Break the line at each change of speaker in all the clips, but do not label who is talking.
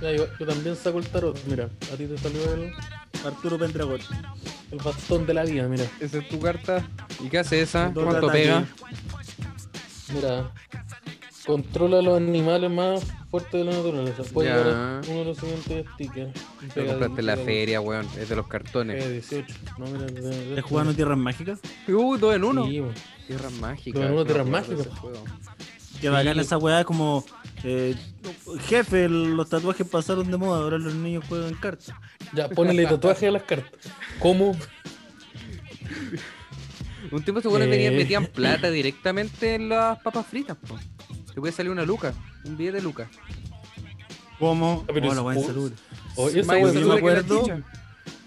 Ya, yo, yo también saco el tarot, mira, a ti te salió el,
Arturo Pendragón.
el bastón de la vida, mira.
Esa es tu carta. ¿Y qué hace esa?
Dos
¿Cuánto
ataques.
pega?
Mira, controla los animales más fuertes de la naturaleza. Puede
Ya.
llevar uno de los siguientes stickers.
Lo compraste en la
pega- Eh,
feria, weón. Es de los
pega
cartones.
18. No, mira, de, de-
¿Te jugando Tierras Mágicas?
Uh, dos en uno.
Sí, weón.
Tierras mágicas.
Dos en uno,
me
tierras
acuerdo de
mágicas.
ese juego.
Que bacán esa weá es como. eh, jefe, los tatuajes pasaron de moda, ahora los niños juegan cartas.
Ya, ponele tatuaje a las cartas. ¿Cómo?
Un tiempo seguro
Eh.
venían metían plata directamente en las papas fritas, po. Te puede salir una luca, un billete de luca.
¿Cómo?
Ah, pero
Oh, la
es-
weá en salud.
O esa
Más
weá,
weón,
yo me
insalubre que la
acuerdo.
chicha.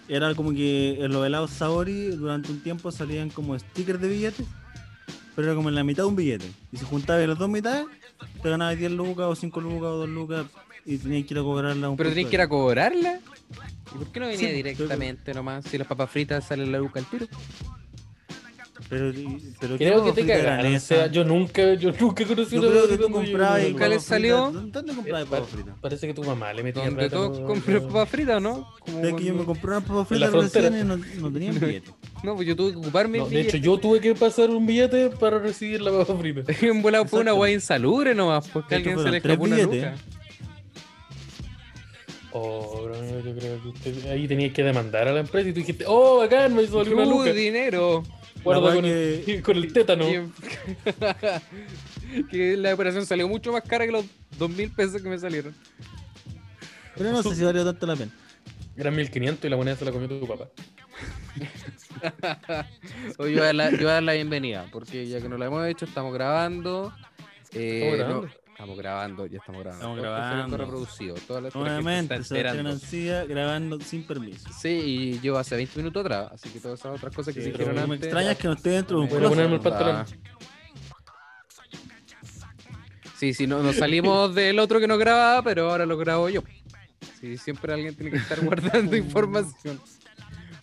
Era como que en los helados Saori durante un tiempo salían como stickers de billetes, pero era como en la mitad de un billete. Y si juntabas las dos mitades, te ganabas 10 lucas o 5 lucas o 2 lucas y tenías que ir a cobrarla a un
Pero tenías que ir a cobrarla. ¿Y por qué no venía
Sí,
directamente nomás? Si las papas fritas salen la luca al tiro.
Pero, pero
Creo que
¿qué
te
frita
cagaron.
era
O sea,
esa?
yo nunca, yo nunca conocí
Yo
persona
creo que tú
donde yo-
comprabas y papas
Nunca le
fritas.
salió.
¿Dónde comprabas papas fritas?
Parece que tu mamá le metía
Donde
plata,
todos
¿no?
compran papas fritas, ¿no? Como
Es que yo me
cuando-
compré unas papas
En la
fritas recién
frontera.
y no, no tenía billete.
No, pues yo tuve que ocuparme
No, de hecho, yo tuve que pasar un billete para recibir la papa frita.
En volado fue una
Exacto.
guay insalubre nomás, porque
De hecho,
alguien se le
fueron tres
escapó una
billetes.
luca.
Oh, bro, yo creo que usted ahí tenías que demandar a la empresa y tú dijiste, oh, acá me hizo alguna
Uh,
luca.
dinero.
Guarda
La
con,
weá
el, con el tétano.
Y- que la operación salió mucho más cara que los dos mil pesos que me salieron.
Pero no sé si valió tanto la pena.
Eran 1500 y la moneda se la comió tu papá.
Oye, yo voy a dar la, yo voy a dar la bienvenida, porque ya que no la hemos hecho, estamos grabando. Eh,
¿Estamos grabando?
no, estamos grabando, ya estamos grabando.
Estamos
Todo está siendo
grabando.
reproducido, toda la- toda la gente se está
Nuevamente, Sebastián
enterando.
Ancía grabando sin permiso.
Sí, y yo hace 20 minutos atrás, así que todas esas otras cosas que
Sí,
se
pero
dijeron
Lo que me
antes.
extraña es que no esté dentro de un
Voy
Me-
a
closet.
ponerme el pantalón.
Ah. Sí, sí, no, nos salimos del otro que no grababa, pero ahora lo grabo yo. Sí, siempre alguien tiene que estar guardando información.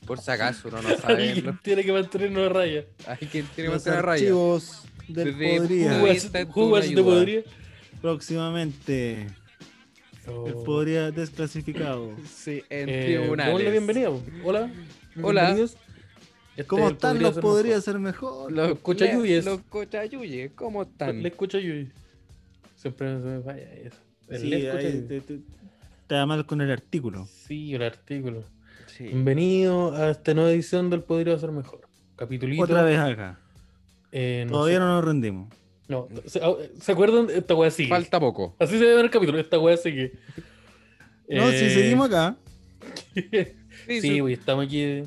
Por si acaso, uno no sabe.
Alguien
¿no?
tiene que mantenernos a raya.
Alguien tiene que
Los
hacer raya.
archivos del
Desde
podría.
Google.
Jugas,
está en tu
jugas te
ayuda.
podría.
Próximamente, el
Oh.
podría desclasificado.
Sí, en
Eh, démosle
tribunales.
bienvenida. po. Hola.
Hola.
bienvenidos. Este
¿Cómo
es el
están? Los podría ser mejor.
Los
Cochayuyes.
Los cochayuyes, ¿cómo
ser mejor.
están?
Le escucho yo. Siempre se me vaya eso. El
Sí,
le escucho
ahí
yo.
te, te- te da mal con el artículo.
Sí, el artículo. Mm.
Sí.
Bienvenido a esta nueva edición del Podría Ser Mejor. Capitulito.
Otra vez acá.
eh, no
Todavía
sé.
no nos rendimos.
no. ¿se, ah, se acuerdan? Eh, Esta wea sigue.
Falta poco.
Así se ve en el capítulo. eh, Esta wea sigue.
No,
Eh,
si seguimos acá.
aquí. sí,
Sí,
güey, estamos aquí.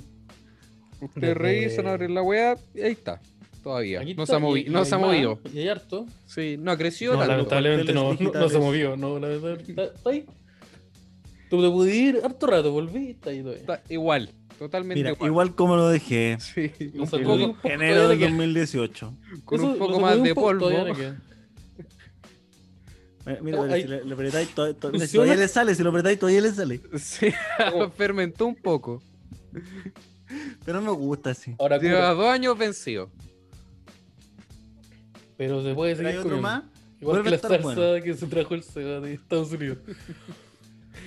Ustedes revisan,
desde-
abren la web, ahí está. Todavía.
aquí
no se
está,
ha movi-
y-
no
y
se ha
hay más,
movido.
Y hay harto.
Sí, no ha crecido
No,
tanto.
lamentablemente no,
Carteles
no, no se
digitales.
movió. No, lamentablemente. Está, está ahí. Tú te pudiste ir harto rato, volví, está ahí todavía.
Está igual, totalmente
Mira,
igual.
igual como lo dejé.
Sí,
Lo
un
sacó
poco-
de un poco
Enero
todavía
del
le queda.
2018.
con
Eso
un
lo
poco
sacó
más
un
de
poco,
polvo.
todavía le queda.
Eh, Mira, pero
Ay.
si le, le apretáis, to- to-
Funciona.
todavía le sale, si lo apretáis todavía le sale.
Sí, fermentó un poco.
Pero no me gusta así.
Ahora
Lleva
cura,
dos años vencido.
pero se puede
Pero
seguir
hay otro
comiendo.
más.
Igual
Vuelve
que
a
la
estar
salsa
bueno.
que se trajo el Seba de Estados Unidos.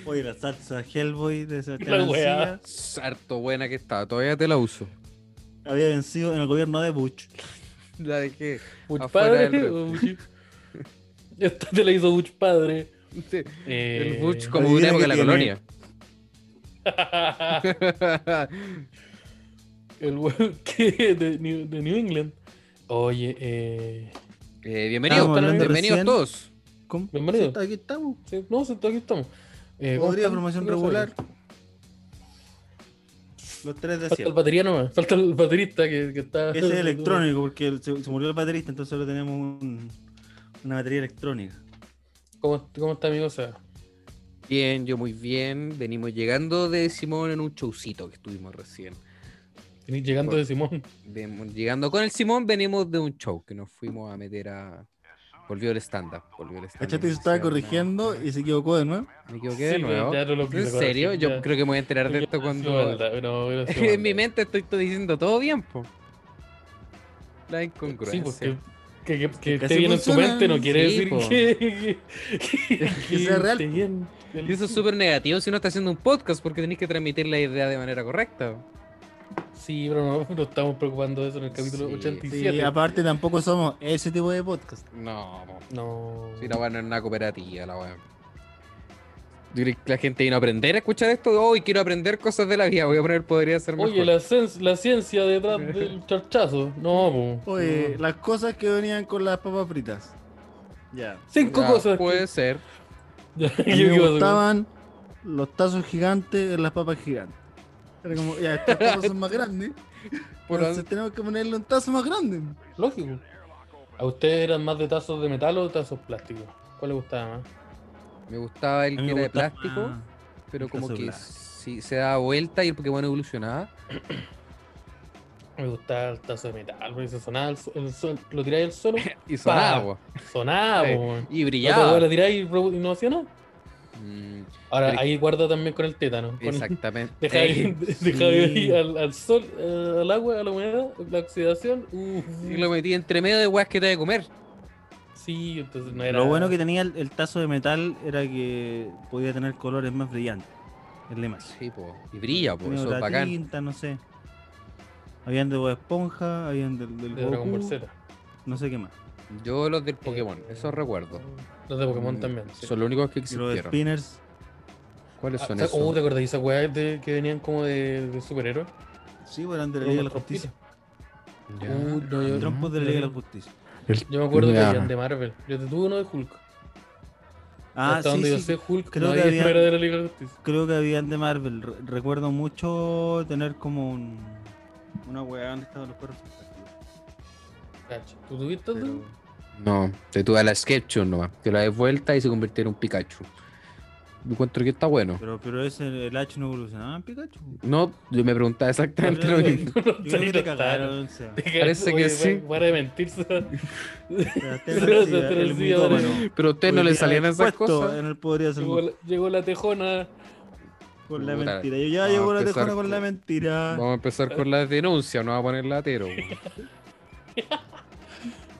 Oye, la salsa Hellboy de
La
Sebastián
weá.
Ancilla
Harto buena que está, todavía te la uso.
había vencido en el gobierno de Bush.
La dejé.
Buch
Afuera
padre.
del
o Buch- Esta te la hizo Buch padre.
Sí,
Eh,
El Butch como una
adivina
época
qué
de la
tiene.
colonia.
el we- que de New, de New England. Oye, eh.
Eh,
Estábamos
bienvenidos,
hablando
bienvenidos
recién.
todos.
¿Cómo?
Bienvenido.
Sí, aquí estamos.
sí, no, sí, aquí estamos. Eh, ¿cómo
Podría
están?
formación
¿Cómo están?
regular. Los tres de
Falta el
siempre.
batería nomás, falta el baterista que, que está.
Ese es electrónico, porque el- se, se murió el baterista, entonces solo tenemos un- una batería electrónica.
¿Cómo, cómo está, amigo? O sea,
Bien, yo muy bien. Venimos llegando de Simón en un showcito que estuvimos recién.
venís llegando de Simón.
Vemos- llegando con el Simón, venimos de un show que nos fuimos a meter a. Volvió el stand-up. Volvió el stand-up.
Cachate se estaba corrigiendo y se equivocó de nuevo.
Me equivoqué de
Sí, pues,
nuevo.
ya no lo
¿En
quiero
serio?
corregir,
Yo
ya.
creo que me voy a enterar de esto cuando. en mi mente estoy, todo diciendo todo bien, po. La
Sí,
incongruencia.
porque pues, que, que- que
casi
esté bien en tu
funciona.
mente no quiere
Sí,
decir
po.
que, que- que- que
sea real,
esté
po.
bien.
Y eso es súper negativo si uno está haciendo un podcast porque tenéis que transmitir la idea de manera correcta.
Sí, pero no nos estamos preocupando de eso en el capítulo
Sí,
Sí,
87.
aparte tampoco somos ese tipo de podcast.
No, po.
No.
si la weá no es una cooperativa, la weá. Yo creo que La gente vino a aprender a escuchar esto. Hoy quiero aprender cosas de la vida. Voy a poner, podría ser mejor.
Oye, la, cien- la ciencia detrás del charchazo. No, po.
Oye,
No.
las cosas que venían con las papas fritas. Ya.
Cinco
Ya, pues.
cosas.
Puede ser.
Ya,
A mí
yo
me
iba a-
gustaban los tazos gigantes en las papas gigantes. Era como, ya, estos tazos son más grandes.
Por
entonces tenemos que ponerle un tazo más grande.
Lógico. ¿A ustedes eran más de tazos de metal o de tazos plásticos? ¿Cuál les gustaba más?
Me gustaba el
A mí
que
me
era de
gustaba-
plástico, pero
el
como
caso
que
blanco.
si se daba vuelta y el Pokémon evolucionaba.
Me gustaba el tazo de metal, porque se sonaba el, su- el sol- lo tiráis al suelo,
Y sonaba, po.
sonaba,
Sí.
po, weón.
Y
La otra weá
brillaba.
lo tiráis y ro- y no hacía nada.
Mm,
Ahora,
Pero-
ahí guarda también con el tétano. Con el-
exactamente.
Deja ahí,
sí.
deja ahí al, al sol, eh, al agua, a la humedad, la oxidación. uh,
Y lo metí entre medio de weas que te de comer.
sí, entonces no era.
Lo bueno que tenía el, el tazo de metal era que podía tener colores más brillantes. Es la imagen.
Sí, po. Y brilla,
pues,
po.
Tenía
Eso es
otra
bacán.
tinta, no sé. Habían de Bob Esponja, habían del, del
de Dragon
Goku,
Ball Z.
no sé qué más.
Yo los del Pokémon, esos recuerdo.
Los de Pokémon
Mm,
también. sí.
Son los únicos que
Y los
existieron.
spinners.
¿Cuáles
Ah,
son
¿te-
esos?
oh, ¿te acordás de esas weas de- que venían como de, de superhéroes?
Sí, pues eran de la
Como
Liga de la
con
Justicia.
Ya.
Uh, no,
Los
yo-
trompos de la
yo-
Liga de la Justicia.
Yo me acuerdo que
Ya.
habían de Marvel. Yo te tuve uno de Hulk.
Ah,
Hasta
sí,
donde yo
sí,
sé, Hulk
creo
no
que
había
había-
superhéroe de la Liga de la Justicia.
creo que habían de Marvel. Re- Recuerdo mucho tener como un, una weá donde estaban los perros. fantásticos.
Cacho. ¿Tú tuviste
Pero-
otro?
No, te tuve a la Sketchup nomás. Que la des vuelta y se convirtió en un Pikachu. Yo encuentro que está bueno.
Pero, pero ese, el H no evolucionaba en Pikachu.
No, yo me preguntaba exactamente lo mismo.
No,
Yo creo que te
lo
cagaron, o sea,
Te cagaron.
Parece que
Oye,
sí.
para- Para de mentirse.
te gasté
Pero
la
se
tía, el
atrevía,
mitómano.
vale.
Pero a ustedes no
Hoy
les
día
salían esas
expuesto
cosas.
en el podría ser
Llegó la, llegó la tejona.
con la
Puta.
mentira. Yo ya
Vamos a
llevo la
empezar
tejona con la
con-
mentira.
Vamos a empezar con la denuncia, no va a poner latero. weón.
No,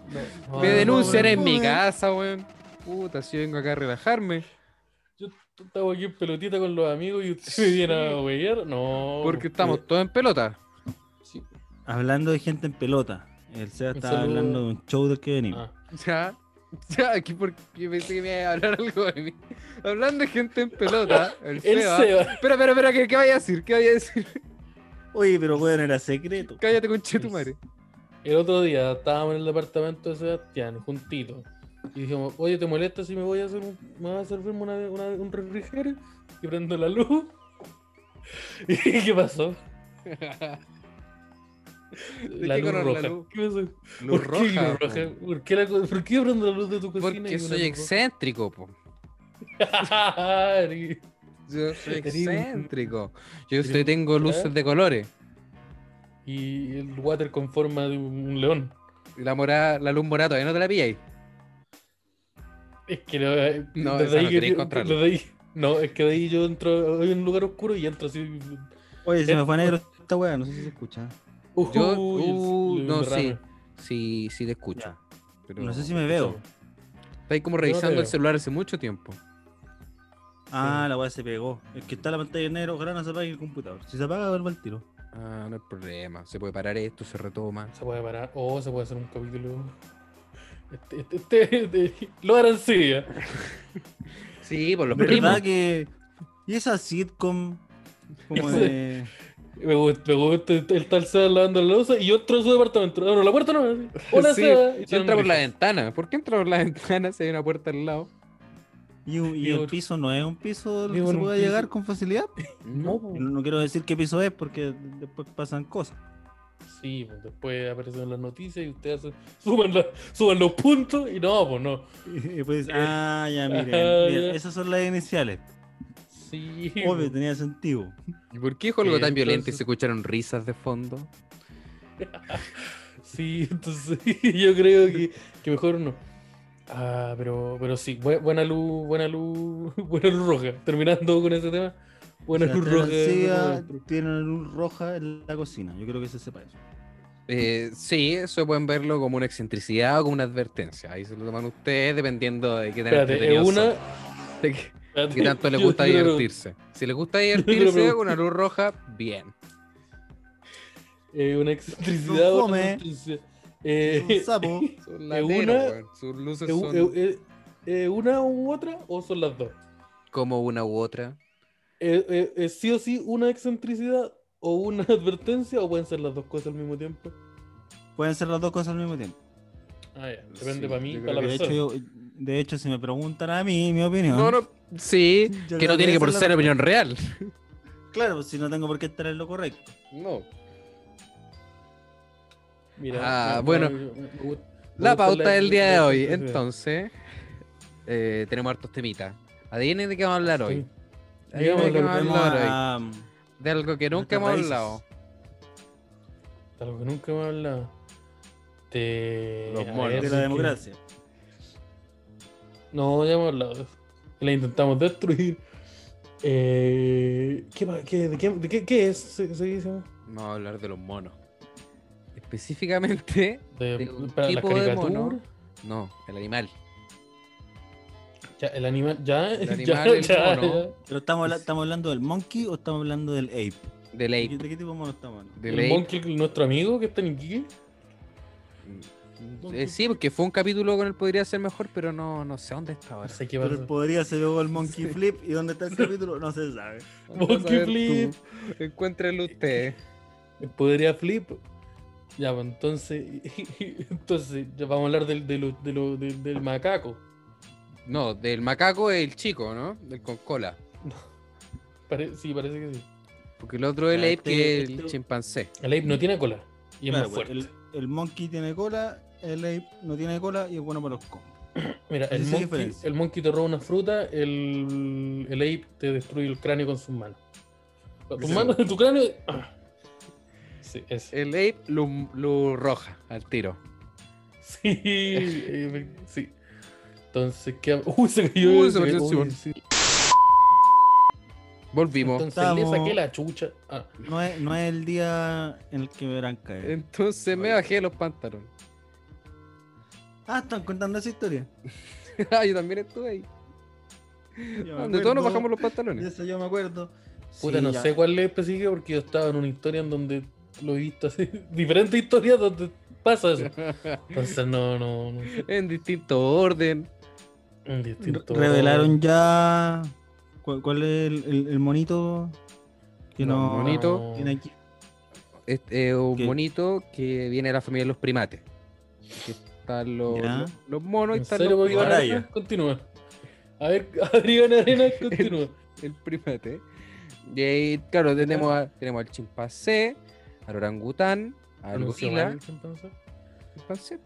Me
Ah, no,
denuncian
no,
en mi
joder.
casa, weón. Puta, si yo vengo acá a relajarme.
Yo estaba aquí en pelotita con los amigos y usted me viene a huear. No.
Porque estamos todos en pelota.
Sí.
Hablando de gente en pelota. El Seba
Un
estaba
saludo.
hablando de un show del que venimos.
Ah,
Ya, ya, aquí porque yo pensé que me iba a hablar algo de mí. Hablando de gente en pelota, el
El
Seba.
Seba.
Espera, espera, espera, ¿qué, qué vaya a decir? ¿Qué vaya a decir?
Oye, pero bueno, era secreto.
Cállate con Chetumare.
El otro día estábamos en el departamento de Sebastián, juntitos. Y dijimos, oye, ¿te molesta si me voy a hacer un, me vas a servirme una, una- un refrigerio? Y prendo la luz. ¿Y qué pasó? La
qué
luz
color la
roja.
luz?
¿Qué pasó?
Luz
¿Por qué
roja.
luz roja? ¿Por qué, la co- ¿Por qué prendo la luz de tu
po.
cocina?
Porque
y una
soy
luz
excéntrico, po.
roja? Ari.
Yo soy
Eres un-
excéntrico. Yo
eres
estoy,
un
tengo luces
crack.
de colores.
y el water con forma de un un león.
Y La morada, la luz morada todavía no te la pilláis.
Es que no, eh,
No,
desde
esa
ahí
no
que
quería
yo-
encontrarla.
desde ahí- no, es que de ahí yo entro en un lugar oscuro y entro así.
Oye, se me fue negro esta weá, no sé si se escucha.
Uy,
Yo-
el-
uh,
el
no,
derrame.
Sí, sí te escucho. Pero
No sé si me veo.
Estáis como
no te
revisando el
veo.
celular hace mucho tiempo.
Ah, la weá se pegó. Es que está la pantalla en negro, ojalá no se apague el computador. Si se apaga, vuelve al tiro.
Ah, no hay problema. Se puede parar esto, se retoma.
Se puede parar. Oh, se puede hacer un capítulo. Este, este, este, de- lo arancibia.
Sí, por los primos.
¿Verdad que.? Y esa sitcom. Como
Ese-
de.
Me gusta, me gusta este, el tal Seba lavando la losa y yo entro a su departamento. Abro la puerta no. Hola,
Sí,
Seba. Y
Yo entra por la
ricas.
ventana. ¿Por qué entra por la ventana si hay una puerta al lado?
Y, un- y
Digo,
el piso no es un piso al
digo,
que se
un
pueda
piso-
llegar con facilidad.
No, po.
Y No, no quiero decir qué piso es porque después pasan cosas.
Sí, pues, después aparecen las noticias y ustedes hacen, suben, la- suben los puntos y no, pues no.
Y pues, ah, ya, miren.
Ah,
miren,
ya.
Esas son las iniciales.
Sí.
Obvio, tenía sentido.
¿Y por qué dijo algo tan
Entonces-
violento y se escucharon risas de fondo?
Sí, entonces yo creo que, que mejor no. Ah, pero, pero sí, bu- buena luz, buena luz, buena luz roja. Terminando con ese tema, buena luz
Sebastián
roja.
García tiene una luz roja en la cocina. Yo creo que se sepa eso.
Eh, sí, eso pueden verlo como una excentricidad o como una advertencia. Ahí se lo toman ustedes dependiendo de qué tan
Espérate, es
entretenidos
una.
son, de qué,
espérate,
qué tanto les
yo
gusta
quiero-
divertirse. Si les gusta
quiero
divertirse
preguntar.
con una luz roja, bien.
eh, una excentricidad.
No
otra
fome.
excentricidad.
Un
Eh,
sapo.
Son
Es
lateros,
una-
weón. Sus luces
eh,
son
eh, eh, eh, ¿Una u otra o son las dos?
como una u otra.
Eh, eh, eh, ¿Sí o sí una excentricidad o una advertencia o pueden ser las dos cosas al mismo tiempo?
Pueden ser las dos cosas al mismo tiempo.
Ah, ya. Depende
Sí,
para mí,
yo
para la
creo
De hecho,
persona.
yo- de hecho, si me preguntan a mí mi opinión.
No, no, sí,
yo
que
creo
no tiene que
esa
por
es la
ser opinión real.
Claro, pues, si no tengo por qué estar en lo correcto.
No.
Mira,
Ah,
me-
bueno.
me- me- me gusta- me
La
gusta
pauta del día de hoy.
excentricidad.
Entonces, eh, tenemos hartos temitas. Adivinen de qué vamos a hablar hoy.
Digamos,
Adivinen de qué
lo
vamos a
Vemos
hablar hoy.
a-
De algo que
nuestras
nunca hemos
raíces.
hablado.
Algo que nunca me hablado De...
Los
a
monos.
ver,
de
es que-
Eh, la democracia.
No, ya hemos hablado de eso. La intentamos destruir. Eh, ¿qué, va- qué- de qué, de qué- qué es? ¿Se, se dice?
Vamos a hablar de los monos. Específicamente,
De,
De un
para las
tipo de
caricaturas.
mono. no, el animal.
Ya, el animal, ya,
El
ya,
animal, el
ya,
mono.
ya.
Pero estamos, habla- estamos hablando del monkey o estamos hablando del ape.
Del
¿De
ape.
qué tipo de mono estamos hablando?
Del
El
ape.
monkey, nuestro amigo que está en Iquique.
Eh, sí, porque fue un capítulo con él podría ser mejor, pero no, no sé dónde está
No
ahora.
sé qué
Pero él
pasa.
podría ser luego el monkey flip y dónde está el capítulo no se sabe.
Anda a
Monkey
saber tú.
flip.
Encuéntrelo usted.
Podría flip. Ya, pues entonces, entonces ya vamos a hablar del, de lo- de lo- del- del macaco.
No, del macaco es el chico, ¿no? Del con cola.
Pare- sí, parece que sí.
Porque el otro es el
Ya,
ape
este-
que es el
este-
chimpancé.
El ape no tiene cola y es
Claro,
más
pues,
fuerte.
el, el monkey tiene cola, el ape no tiene cola y es bueno para los combos.
Mira, el
Esa es la
monkey,
diferencia.
el monkey te roba una fruta, el, el ape te destruye el cráneo con sus manos. Con tus
Sí.
manos en tu cráneo. ah. Sí, ese.
Eh.
El ape luz, luz roja al tiro.
Sí, eh, sí. Entonces, ¿qué? Uy, se cayó.
Uy,
el-
se perdió el
uy,
Simón.
sí.
Volvimos.
Entonces le
Estamos-
saqué la chucha. Ah,
No es, no es el día en el que me verán caer.
Entonces me bajé los pantalones.
Ah, están contando esa historia.
ah, yo también estuve ahí. Donde todos nos bajamos los pantalones.
De eso yo me acuerdo.
puta,
Sí,
no
ya.
sé cuál es específico porque yo estaba en una historia en donde lo he visto así. Diferentes historias donde pasa eso. Entonces, no, no. no sé.
en distinto orden.
Un
Re-
distinto-
Revelaron ya cuál, cuál es el, el- el monito que
No,
no,
monito.
tiene aquí.
Este, eh, un
¿Qué?
monito que viene de la familia de los primates. Que están los,
Ya.
los, los monos y
¿En
están
serio,
los
Bolívar
Ahora
primates.
ya.
Arenas? Continúa. A ver, Adrián Arenas, continúa.
El primate. Y ahí, claro, tenemos, a- tenemos al chimpancé, al orangután, al
Anunció
gorila.
mal el chimpancé.
Chimpancé,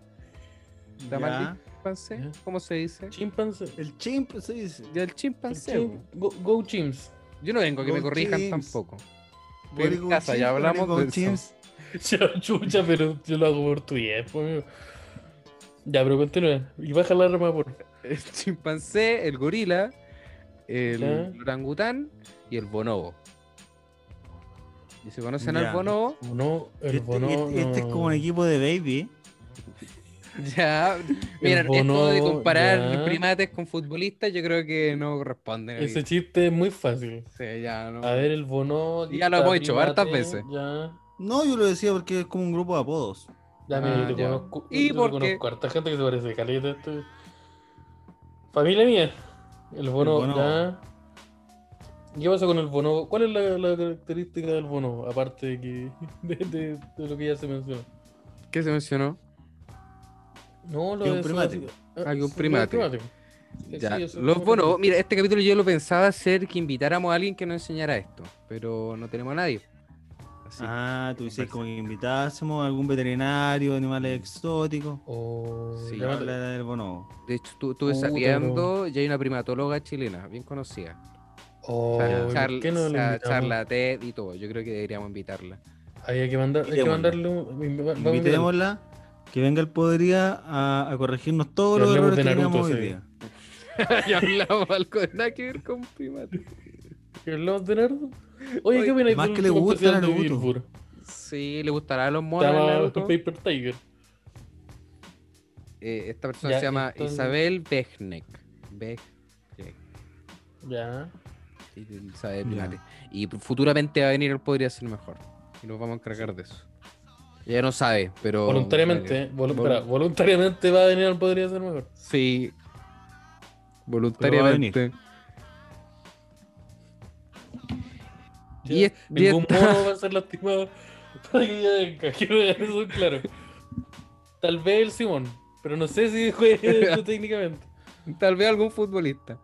¿Está mal
Ya.
chimpancé,
Ya.
¿cómo se dice?
Chimpancé.
El chimp se dice.
Ya el
El
chimpancé.
chim-
po.
Go, go Chimps.
Yo no vengo a que me
Go
corrijan
chimps.
tampoco. Estoy
Body
en
go
casa, ya
chimp,
hablamos
body go
de eso.
chimps.
Ya, chucha, pero yo lo hago por tu amigo. Ya, pero continúa. Y baja la arma, por favor.
El chimpancé, el gorila, el
Ya.
orangután y el bonobo. ¿Y se conocen
Ya.
al bonobo?
No, el
Este,
bono.
este- este es como un equipo de baby.
Ya. Miren, esto de
bonobo,
comparar
ya.
primates con futbolistas, yo creo que no corresponde.
Ese chiste es muy fácil.
Sí, ya, no.
A ver, el bono.
Ya
lista,
lo hemos hecho hartas
primate,
veces.
Ya.
No, yo lo decía porque es como un grupo de apodos.
Ya, mira,
Ah,
yo te
ya.
conozco.
Y
yo te
porque-
conozco harta gente que se parece caleta. a Este... Familia mía. El bono,
El bono.
ya. ¿Qué pasa con el bono? ¿Cuál es la, la característica del bono? Aparte de, que, de, de- de lo que ya se mencionó.
¿Qué se mencionó?
No, lo
Que un
de su-
primate.
Ah,
Ah, que un
sí,
primate.
Sí,
Ya,
sí, eso es
los
como-
bonobos, mira, este capítulo yo lo pensaba hacer que invitáramos a alguien que nos enseñara esto, pero no tenemos a nadie. Así
ah, tú dices
parece.
como que invitásemos a algún veterinario, animales exóticos.
O-
Sí,
ya,
Habla del bonobo.
De hecho, tu- estuve
Puta,
saliendo y hay una primatóloga chilena, bien conocida.
o-
Charla-
Oh, ¿por
charla-
qué no lo
cha-
invitamos?
charla TED y todo. Yo creo que deberíamos invitarla.
Había que, mandar, hay que
Invitémosla.
mandarle un. vamos a invitarle.
Invitémosla, que venga el Podería a, a corregirnos todos
Que
los
hablemos
errores que
de Naruto,
teníamos hoy
sí.
día.
y hablamos algo de nada que ver con primates.
¿Que hablamos de Naruto? Oye,
Oye,
¿qué opináis
más
del
que le
último
gusta
especial de
Naruto.
Wilbur?
Sí, le gustará a los
Se
monos.
llama
loco.
Paper Tiger.
Eh, esta persona
Ya,
se llama
entonces-
Isabel Bechnek. Bech-
Ya.
Oh, sí, de Isabel
Ya.
Pinate. Y futuramente va a venir el Podría Ser Mejor. Y nos vamos a encargar de eso. Ella no sabe, pero.
Voluntariamente, volu-
Vol-
espera, voluntariamente va a venir al Podría Ser Mejor.
Sí.
Pero va a venir.
Voluntariamente. Y
Ya,
es- y
Ningún
esta-
mono va a ser lastimado para que ya venga, quiero dejar eso claro. Tal vez el Simón, pero no sé si juegue eso técnicamente.
Tal vez algún futbolista.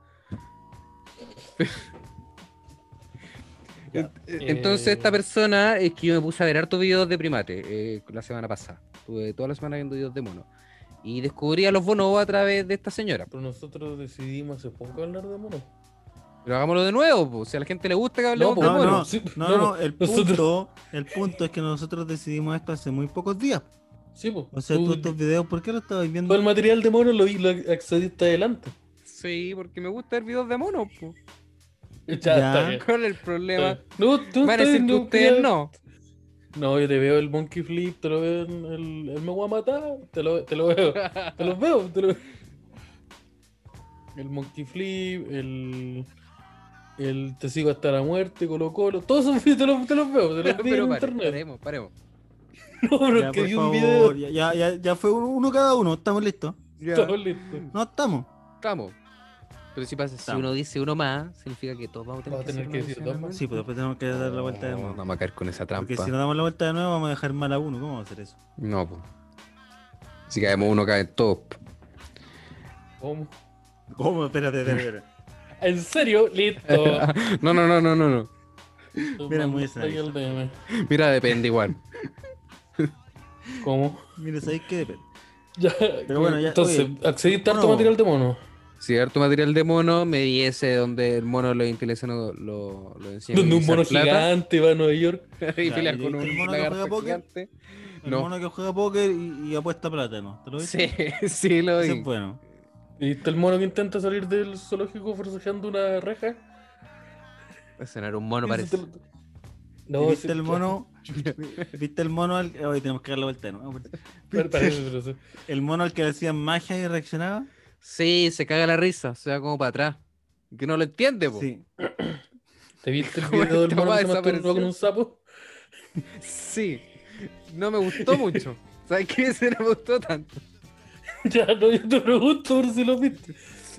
Ya.
Entonces,
Eh.
esta persona es que yo me puse a ver hartos videos de primate eh, la semana pasada. Estuve toda la semana viendo videos de mono. Y descubrí a los bonobos a través de esta señora.
Pero nosotros decidimos hace poco hablar de mono.
Pero hagámoslo de nuevo, po. si a la gente le gusta que hablemos
po,
de
no,
mono.
no,
Oh, sí,
No,
no,
no,
no,
el,
nosotros-
punto, el punto es que nosotros decidimos esto hace muy pocos días.
Sí, pues.
O sea, tú estos videos, ¿por qué lo estabas viendo?
todo el material de mono lo, vi- lo accediste adelante.
Sí, porque me gusta ver videos de mono. po.
Ya,
Ya.
está bien.
¿Cuál es el problema?
No, tú
Van a
estás
decir
en
que
un
ustedes
día-
no.
No, yo te veo el monkey flip, te lo veo en el, el me voy a matar, te lo, te lo veo, te lo veo, te lo El monkey flip, el, el te sigo hasta la muerte, Colo Colo, todos esos videos te los, te los veo, te
Ya,
los vi en
pero eh, pare-
internet.
paremos, paremos.
No, pero
ya,
es que
por
vi un
favor,
video,
ya, ya, ya- ya fue uno, uno cada uno, estamos listos.
Ya.
todo listo.
No estamos.
Estamos. Pero si pasa, si
Estamos.
uno dice uno más, significa que todos vamos a tener,
Vamos a tener que
hacer
decir
una
dos
mención
más.
Sí, pues después tenemos que dar la vuelta de
No,
nuevo.
vamos a caer con esa trampa.
Porque si no damos la vuelta de nuevo vamos a dejar mal a uno. ¿Cómo vamos a hacer eso?
No, po. Si caemos uno, cae todos. po.
¿Cómo?
¿Cómo? Espérate, espérate. espérate.
En serio, listo.
No, no, no, no, no, no.
Mira, muy
Manda ahí el DM.
Mira, depende igual.
¿Cómo?
Mira, ¿sabéis qué depende?
Ya,
bueno, ya,
entonces,
oye,
accediste a harto
mono.
material de mono.
Si harto material de mono, me diese donde el mono lo interesa lo, lo, lo enseña. a
Donde un
utilizar
mono
plata,
gigante va a Nueva York.
y
Ya,
pelea
¿y viste
con
el
un
mono que
lagarto
juega póker?
gigante.
El
No.
mono que juega póker y, y apuesta plata, ¿no? ¿Te lo viste?
Sí, sí lo
Ese
vi.
es bueno.
¿Y está el mono que intenta salir del zoológico forcejeando una reja?
Ese no era un mono,
Eso te
parece.
lo-
¿Y
No,
¿Viste
sí,
el mono? ¿Viste el mono al... Hoy tenemos que dar la vuelta de nuevo.
pa- pa- parece, pero sí.
El mono al que le hacían magia y reaccionaba.
Sí, se caga la risa, se va como para atrás. Que no lo entiende, po.
Sí.
¿Te viste el
Bueno,
video del
esta
mono
weá
que se masturbó con
desapareció.
un sapo?
Sí, no me gustó mucho. ¿Sabes qué? Ese no me gustó tanto.
ya, no, yo te pregunto por si lo viste.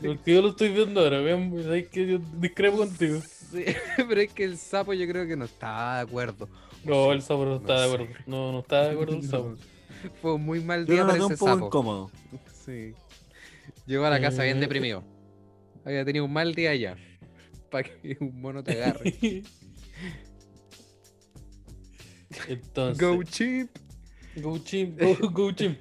Porque yo lo estoy viendo ahora, vean, es que yo discrepo contigo.
Sí, pero es que el sapo yo creo que no estaba de acuerdo.
No, el sapo no está de
sé.
acuerdo. No, no está de acuerdo el sapo.
No, Fue un muy mal
Yo
día
lo
para
noté un
ese
poco
sapo.
incómodo.
Sí. Llegó a la casa bien
Eh.
deprimido. Había tenido un mal día allá. Para que un mono te agarre.
Entonces,
Go cheap.
Go Chim, Go, go Chim.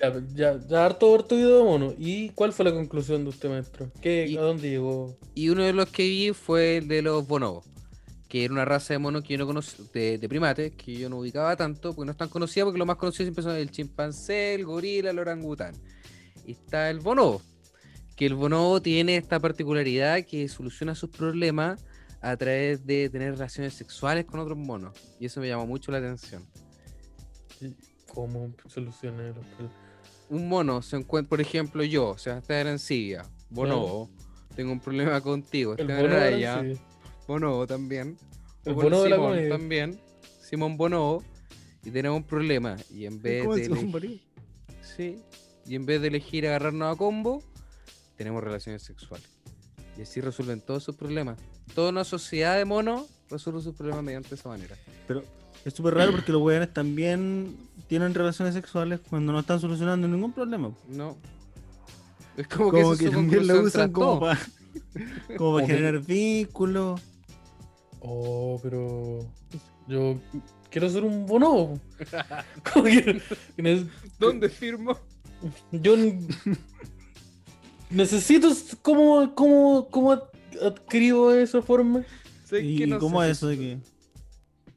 Ya, ya, ya harto harto video de mono. ¿Y cuál fue la conclusión de usted, maestro? ¿Qué,
Y-
¿A dónde llegó?
Y uno de los que vi fue el de los bonobos, que era una raza de monos que yo no conocía, de, de primates, que yo no ubicaba tanto, porque no es tan conocida, porque lo más conocido siempre son el chimpancé, el gorila, el orangután. Y está el bonobo, que el bonobo tiene esta particularidad que soluciona sus problemas a través de tener relaciones sexuales con otros monos. Y eso me llamó mucho la atención.
¿Cómo solucioné los problemas?
un mono se encuentra, por ejemplo, yo, Sebastián Arancibia, Bonobo, tengo un problema contigo,
El
Esteban
bono
Araya,
era así.
Bonobo también.
El
o con
Bonobo de la
Simón
comedia.
también. Simón Bonobo. Y tenemos un problema. Y en vez
¿Cómo
de.
es un
eleg-
marido?
sí, Y en vez de elegir agarrarnos a combo, tenemos relaciones sexuales. Y así resuelven todos sus problemas. Toda una sociedad de monos resuelve sus problemas mediante esa manera.
Pero es súper raro porque los weones también tienen relaciones sexuales cuando no están solucionando ningún problema.
No. Es como,
Como
que,
que
esa es su
también lo
conclusión
usan
tras todo.
como para como
Como
para
que-
generar vínculos.
Oh, pero. Yo quiero ser un bonobo. ¿Cómo que- que ne-
¿Dónde firmo?
Yo n- necesito. s- ¿Cómo, cómo, cómo ad- adquiero esa forma?
Sé que
¿Y
no sé
cómo
si
es eso de que.?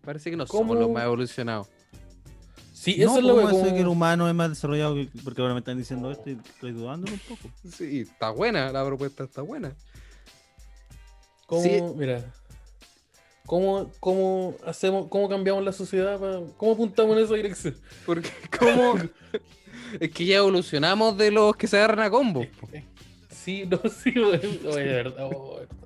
Parece que no
¿Cómo?
somos los más evolucionados.
Sí,
No,
eso es lo que.
¿cómo eso de
como-
que el humano es más desarrollado? que- Porque ahora me están diciendo esto y estoy dudando un poco.
Sí, está buena, la propuesta está buena.
¿Cómo,
Sí.
mira, ¿Cómo, cómo, hacemos, ¿Cómo cambiamos la sociedad? pa- ¿Cómo apuntamos en esa dirección?
Porque como... es que ya evolucionamos de los que se agarran a combo.
Sí, no, sí, güey. Oye, de verdad. oh, de verdad.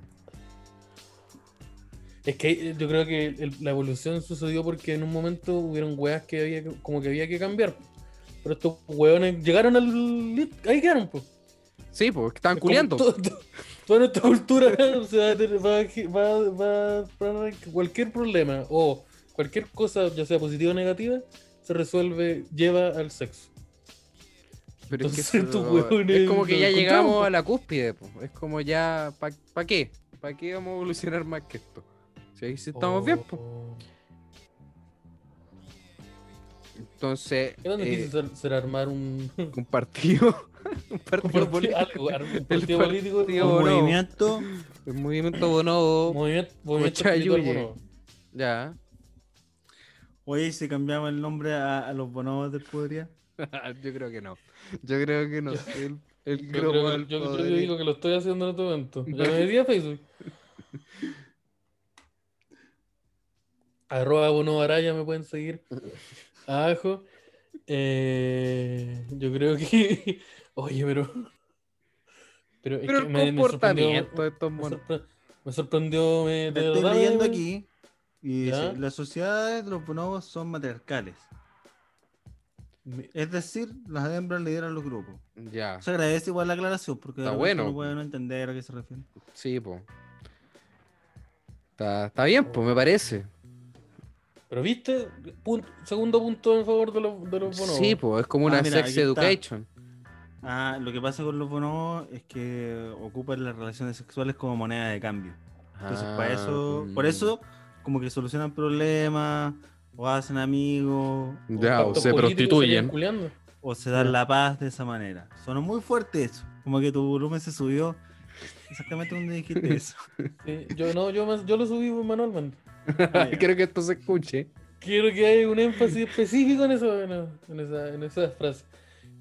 es que eh, yo creo que el- la evolución sucedió porque en un momento hubieron weas que había que- como que había que cambiar. Pero estos weones llegaron al. Ahí quedaron, pues.
Sí, porque estaban
Es como
culiando.
todo- todo- Toda nuestra cultura o sea, te- va, va- va- va- cualquier problema o cualquier cosa, ya sea positiva o negativa, se resuelve, lleva al sexo.
Pero es, que
Entonces,
eso-
estos hueones
es como que
lo
ya llegamos
encontramos,
a la cúspide, po. es como ya, ¿para qué? ¿Para qué vamos a evolucionar más que esto? Si ahí sí estamos bien, po.
Oh.
entonces
¿Qué tan
eh,
difícil ser- será armar un,
un partido, un partido
un
político,
algo, armar un partido
par-
político?
tío,
Un
Bonobo.
movimiento
un movimiento bonobo,
movimiento, movimiento
Chayuye.
espiritual, bueno.
ya,
Oye, se cambiaba el nombre a, a los bonobos del podría.
yo creo que no, yo creo que no, el,
Yo,
el globo
creo que-
del
yo- yo
poder.
digo que lo estoy haciendo en este momento. Ya me metí a Facebook. Arroba Bono Araya me pueden seguir. Abajo. Eh, yo creo que. Oye, pero. Pero, es
pero
que
el
me, me
comportamiento de
sorprendió.
estos
Me,
monos,
sorpre- me sorprendió. Me, de
Lo estoy
verdad,
leyendo
me-
aquí. Y
¿Ya?
dice, las sociedades de los bonobos son matriarcales.
me-
Es decir, las hembras lideran los grupos.
ya,
Se agradece igual la aclaración porque de
Ah. Está
repente
bueno.
no pueden entender a qué se refiere.
sí, po. Está, está bien, pues me parece.
Pero viste, Punto- segundo punto en favor de los, de los bonobos.
Sí, pues es como una
Ah, mira,
sex
aquí está.
education.
Ah, lo que pasa con los bonobos es que ocupan las relaciones sexuales como moneda de cambio. Entonces, para eso, por
Ah,
eso, como que solucionan problemas, o hacen amigos, o-
pues, Ya,
o,
Pactos
se
políticos se
prostituyen.
siguen culiando.
o se dan la paz de esa manera. Sonó muy fuerte eso, como que tu volumen se subió exactamente donde dijiste eso.
Sí, yo no, yo, me- yo lo subí manualmente.
Ah, ya.
Creo que esto se escuche.
Quiero que haya un énfasis específico en, eso, en, en esa, en esa frase.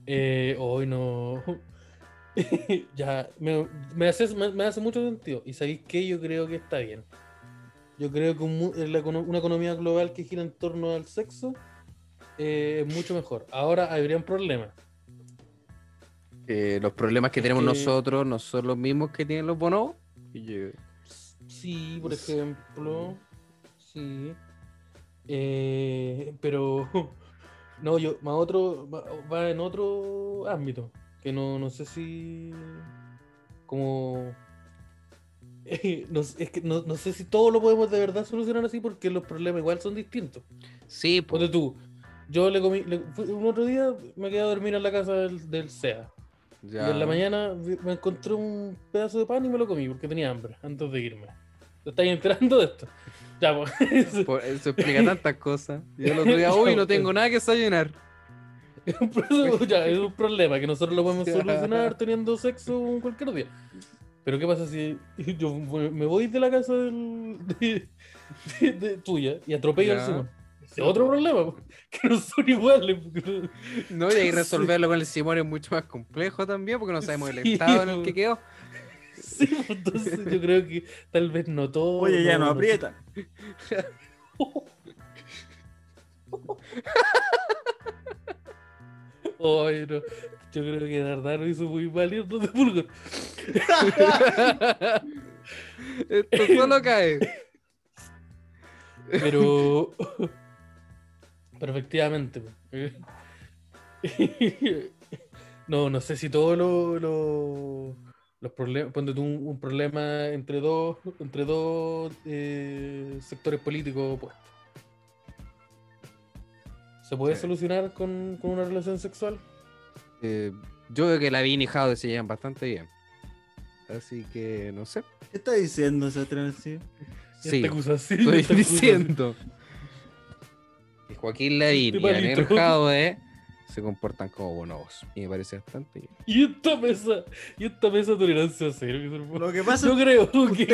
Eh, hoy no. ya, me, me hace, me, me hace mucho sentido. ¿Y sabéis qué? Yo creo que está bien. Yo creo que un mu- la econo- una economía global que gira en torno al sexo eh, es mucho mejor. Ahora habría un problema.
Eh, los problemas que tenemos
que-
nosotros no son los mismos que tienen los bonobos. Y yo-
Sí, por ejemplo. Sí. Eh, pero. No, yo, más otro. Va, va en otro ámbito. Que no, no sé si. Como. no, sé- es que no, no sé si todo lo podemos de verdad solucionar así porque los problemas igual son distintos.
Sí, po.
Ponte tú. Yo le comí. le- fui- un otro día me quedé a dormir en la casa del, del SEA.
Ya.
Y en la mañana vi- me encontré un pedazo de pan y me lo comí porque tenía hambre antes de irme. ¿Te estáis enterando de esto? Ya, pues. es
Por- eso explica tantas cosas. Yo el otro día,
Ya,
uy, no
pues.
tengo nada que desayunar.
un pro- ya, es un problema que nosotros lo podemos
Ya.
solucionar teniendo sexo cualquier día. Pero ¿qué pasa si yo voy- me voy de la casa del- de, de- de- tuya y atropello
Ya.
al Simón? Ese Es otro problema, pues, que no son iguales. pues, porque-
No, y ahí resolverlo con el Simón es mucho más complejo también, porque no sabemos el
Sí,
estado en el
po.
que quedó.
Sí, pues, entonces yo creo que tal vez no todo.
Oye, ya no
no
aprieta.
Ay, no. Yo creo que Dardano hizo muy mal irnos de Fulgor.
Esto solo cae.
Pero. Pero efectivamente. po. No, no sé si todos los los problemas. Ponte tú un, un problema entre dos, entre dos eh, sectores políticos opuestos. ¿Se puede
Sí.
solucionar con, con una relación sexual?
Eh, yo veo que la Vini y Jade se llevan bastante bien. Así que no sé.
¿Qué está diciendo ese trencillo?
Sí,
Esta acusación,
estoy
esta acusación.
diciendo. Y Joaquín Lavín
Este
y Daniel
palito.
Jade ¿eh? se comportan como bonobos. Y me parece bastante bien.
Y esta mesa, y esta mesa tolerancia cero. que se armó.
Lo que pasa
Yo creo que Joaquín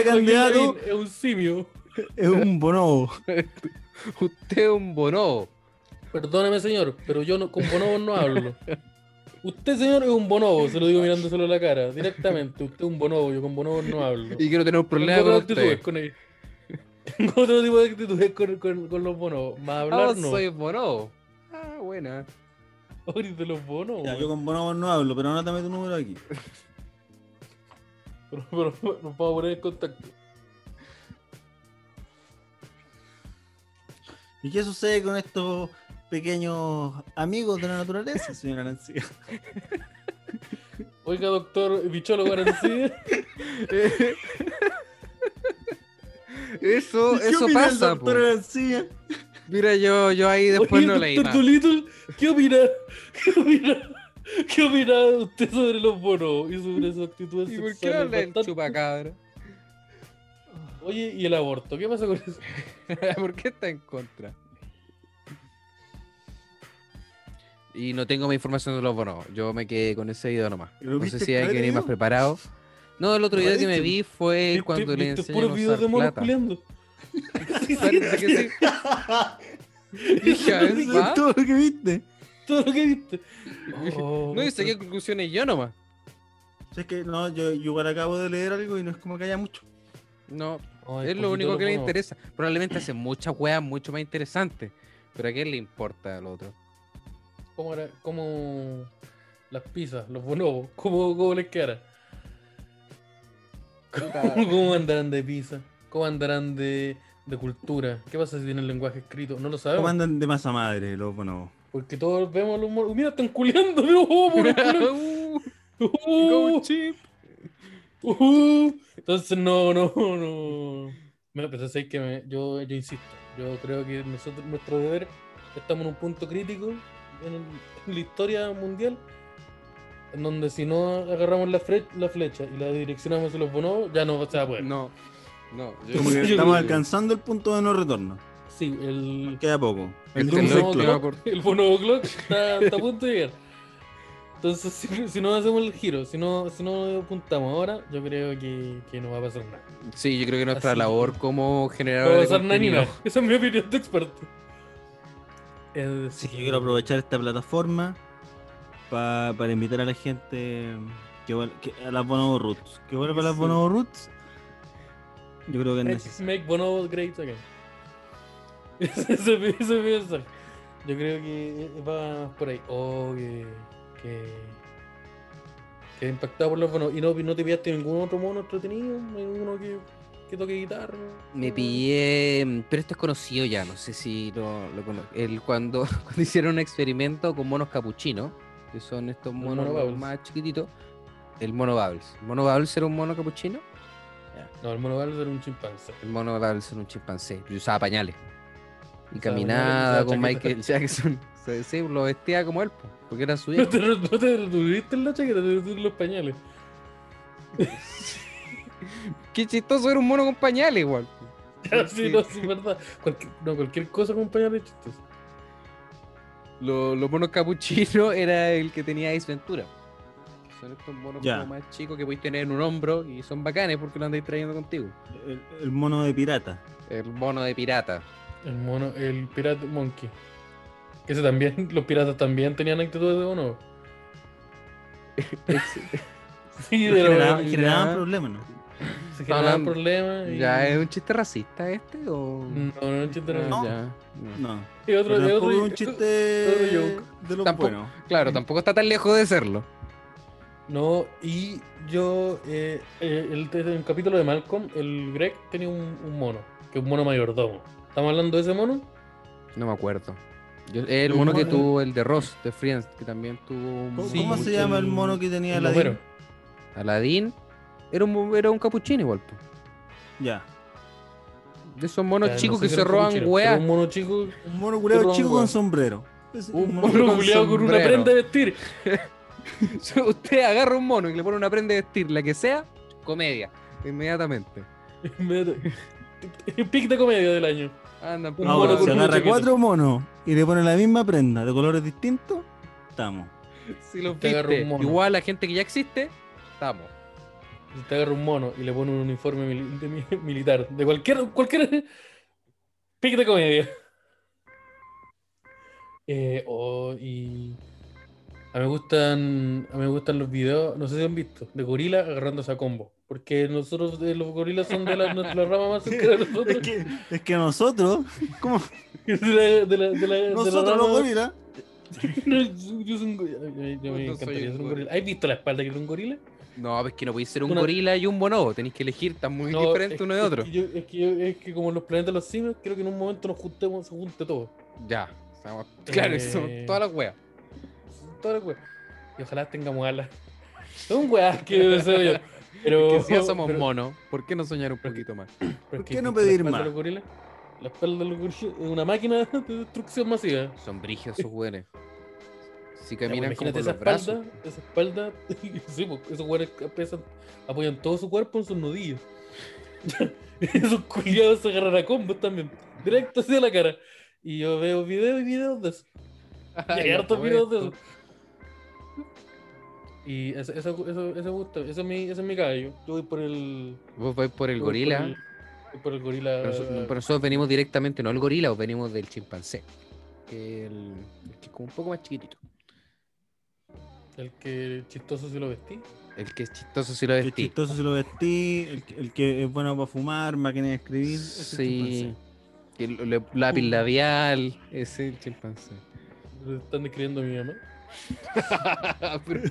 Lavín
candidato-
es un simio.
es un bonobo.
Usted es un bonobo.
Perdóneme, señor, pero yo no, con bonobos no hablo. Usted, señor, es un bonobo, se lo digo mirándoselo a la cara, directamente. Usted es un bonobo, yo con bonobos no hablo.
Y quiero tener un
Con
problema con
otras actitudes,
usted.
con él. Tengo otro tipo de actitudes con, con- con los bonos. Más hablar
Ah,
no.
soy bono. Ah, buena.
Ahorita de los bonos.
Ya,
weón.
yo con Bonobo no hablo, pero anótame tu número aquí.
Pero, pero nos vamos a poner en contacto.
¿Y qué sucede con estos pequeños amigos de la naturaleza, señora Nancy?
Oiga, doctor Bicholo Garancía.
eso eso pasa. po.
Doctora Arancilla?
Mira, yo, yo ahí después
Oye,
no
doctor
leí más.
Dolittle, ¿qué opina? ¿Qué opina? ¿Qué opina usted sobre los bonos y sobre esas actitudes
¿Y por qué no
sexuales
habla el
bastante-
chupacabra?
Oye, ¿y el aborto? ¿Qué pasa con eso?
¿Por qué está en contra? Y no tengo más información de los bonos. Yo me quedé con ese video nomás.
¿Pero
No sé
viste
si hay que
caleta de
venir más
video?
preparado. No, el otro
No,
video que
de
me
hecho,
vi fue
¿Viste-
cuando le
viste
enseñaron
puros
a
videos de
usar
monos
plata.
culeando.
Parece que sí. Dije, a ver, ¿va?
Todo lo que viste.
Todo lo que viste. Oh,
No, y saqué conclusiones yo nomás.
O sea, es que no, yo, yo igual acabo de leer algo y no es como que haya mucho.
No,
Ay,
es
poquito
lo único
los
que le
bonos.
interesa. Probablemente hace muchas weas mucho más interesantes. Pero a qué le importa al otro.
¿Cómo era? ¿Cómo las pizzas, los bonobos? ¿Cómo, cómo les quedará? ¿Cómo, cómo andarán de pizza? ¿Cómo andarán de, de cultura? ¿Qué pasa si tienen lenguaje escrito? No lo
¿Cómo
sabemos.
andan de masa madre, los bonobos?
Porque todos vemos los monos. Mira, están culeando. mira, ¡Oh, por el culo!
Uh,
¡Oh!
go chip.
¡Uh! Entonces, no, no, no. Mira, pero sabes que me- yo, yo insisto, yo creo que nosotros, nuestro deber, estamos en un punto crítico en, el- en la historia mundial, en donde si no agarramos la, fre- la flecha y la direccionamos hacia los bonobos, ya no se va a poder.
No, no. yo-
Como que
Sí, yo
estamos
creo que-
alcanzando el punto de no retorno.
Sí, el,
Queda poco. El
Este
Doom
loco
Cycle.
que va por-
el bonobo clock está, está a punto de llegar. Entonces, si, si no hacemos el giro, si no, si no apuntamos ahora, yo creo que, que no va a pasar nada.
Sí, yo creo que nuestra
Así
labor
que-
como
No va a
generador de
pasar nada ni
contenido-
nada. Esa es mi opinión de experto. Es
Sí,
decir,
yo quiero aprovechar esta plataforma pa- para invitar a la gente que, vuel- que- a las Bonobo Roots. Que vuelva a las
Sí.
Bonobo Roots. Yo creo que es
Let's
necesario.
make Bonobos great again. Ese es mi- ese es mi mensaje. Yo creo que va por ahí. Oh, que. que... que impactado por los bonos. ¿Y no, no te pillaste ningún otro mono entretenido? ¿Ninguno que, que toque guitarra?
Me pillé, pero esto es conocido ya, no sé si lo, lo cono- el cuando, cuando hicieron un experimento con monos capuchinos, que son estos monos
mono
los
Bubbles.
más chiquititos, el mono Bubbles. ¿El mono Bubbles era un mono capuchino?
No, el mono Valls era un chimpancé.
El mono Bubbles era un chimpancé, y usaba pañales. Y
Usaba pañales,
caminaba
usaba
con
chaqueta.
Michael Jackson, o sea, sí, lo vestía como él, po, porque era su
No te,
hijo.
no te detuviste en la chaqueta, te detuviste en los pañales.
Qué chistoso era un mono con pañales igual. po.
sí, no, sí, verdad. Cualquier, no, cualquier cosa con pañales chistoso.
Lo- los monos capuchinos era el que tenía Ace Ventura. Son estos monos
Ya.
como más chicos que podéis tener en un hombro y son bacanes porque lo andáis trayendo contigo.
El, el mono de pirata.
El mono de pirata.
El mono, el pirata monkey. Que ese también, los piratas también tenían actitudes de mono. sí, de
Generaba,
la
generaban
ya.
problemas, ¿no?
se generaban problemas. y-
¿Ya eh. es un chiste racista este o...?
No, no, no, un chiste Mm, no.
Ah,
No.
ya, no.
No.
Y otro,
Pero
y
tampoco
otro, eh,
es un chiste de lo
Tampoco.
bueno.
Claro, tampoco está tan lejos de serlo.
No, y yo, eh, eh, el, en el capítulo de Malcolm, el Greg tenía un, un mono, que es un mono mayordomo. ¿Estamos hablando de ese mono?
No me acuerdo. Yo- el
Un
mono que
mono-
tuvo el de Ross, de Friends, que también tuvo un...
¿Cómo,
Sí,
cómo se llama el
el-
mono que tenía
El
la
bombero.
Aladín. Era un, era un capuchino igual. po.
Ya.
De esos monos
Ya, no
chicos
sé
que
si
se
era un
roban
capuchino, pero
weas.
Un mono chico,
Un mono curado
Turrón,
chico
weón.
con sombrero. Es
Un
un mono
Con
culiado con una
sombrero.
prenda de vestir.
Usted agarra un mono y le pone una prenda de vestir, la que sea, comedia, inmediatamente.
Me- Pic de comedia del año.
Andan
Un
por
No,
mono
weón,
con
se
un
agarra
chaqueta.
cuatro monos y le pone la misma prenda de colores distintos. Estamos.
Si los
Te agarra
viste
un mono.
igual a gente que ya existe, estamos.
Si te agarra un mono y le pone un uniforme mili- de mi- militar, de cualquier, cualquier pic de comedia. Eh, oh, y a mí me gustan, a mí me gustan los videos, no sé si han visto, de gorila agarrándose a combo. Porque nosotros, eh, los gorilas son de la, la rama más cercana a nosotros.
Es que, es que nosotros, ¿cómo?
De la, de la, de la, de la
Nosotros los
rama-
gorilas.
yo soy un gorila. Ay, Yo me
Yo soy
encantaría
un
ser un
gorila.
gorila. ¿Has visto la espalda que tiene un gorila?
No, pues que no podéis ser un
Una-
gorila y un bonobo. Tenéis que elegir, están muy
No,
diferentes
es-
uno de
es
otro.
que yo- es, que yo- es que como los planetas los simios, creo que en un momento nos juntemos, se junte todo.
Ya. estamos- Claro, eso
Eh.
todas las weas.
Toda la wea. Y ojalá tengamos alas. Son weas que deseo yo. Pero,
que si ya somos
pero-
monos, ¿por qué no soñar un poquito más?
pero
¿Por
es
qué no
la
pedir
espalda de
más?
los gorilas- La espalda de los gorilas es una máquina de destrucción masiva.
Son brigios esos weones. Si
Ya, pues,
caminan como
imagínate
con
esa
los brazos.
espalda, esa espalda, sí, pues, esos güeyes que pesan, apoyan todo su cuerpo en sus nudillos. esos culiados se agarran a combos también, directo hacia la cara. Y yo veo videos y videos de eso. Y hay
Ay,
hartos
lo
videos de eso.
puesto.
Y eso, eso, eso, eso, gusta, eso es mi, ese es mi caballo. Yo voy por el.
Vos vais por el
voy
gorila.
Por el, voy por el gorila.
Pero noso- no- pero nosotros venimos directamente, no del gorila, o venimos del chimpancé. Que el, el que es como un poco más chiquitito.
El que chistoso si lo vestí.
El que es chistoso si lo
El
vestí.
chistoso se lo vestí, el, que- el que es bueno para fumar, máquina de escribir. ese
Sí.
chimpancé.
que lo- le- lápiz labial. Ese es el chimpancé.
Lo están describiendo a mi mamá.
Pero-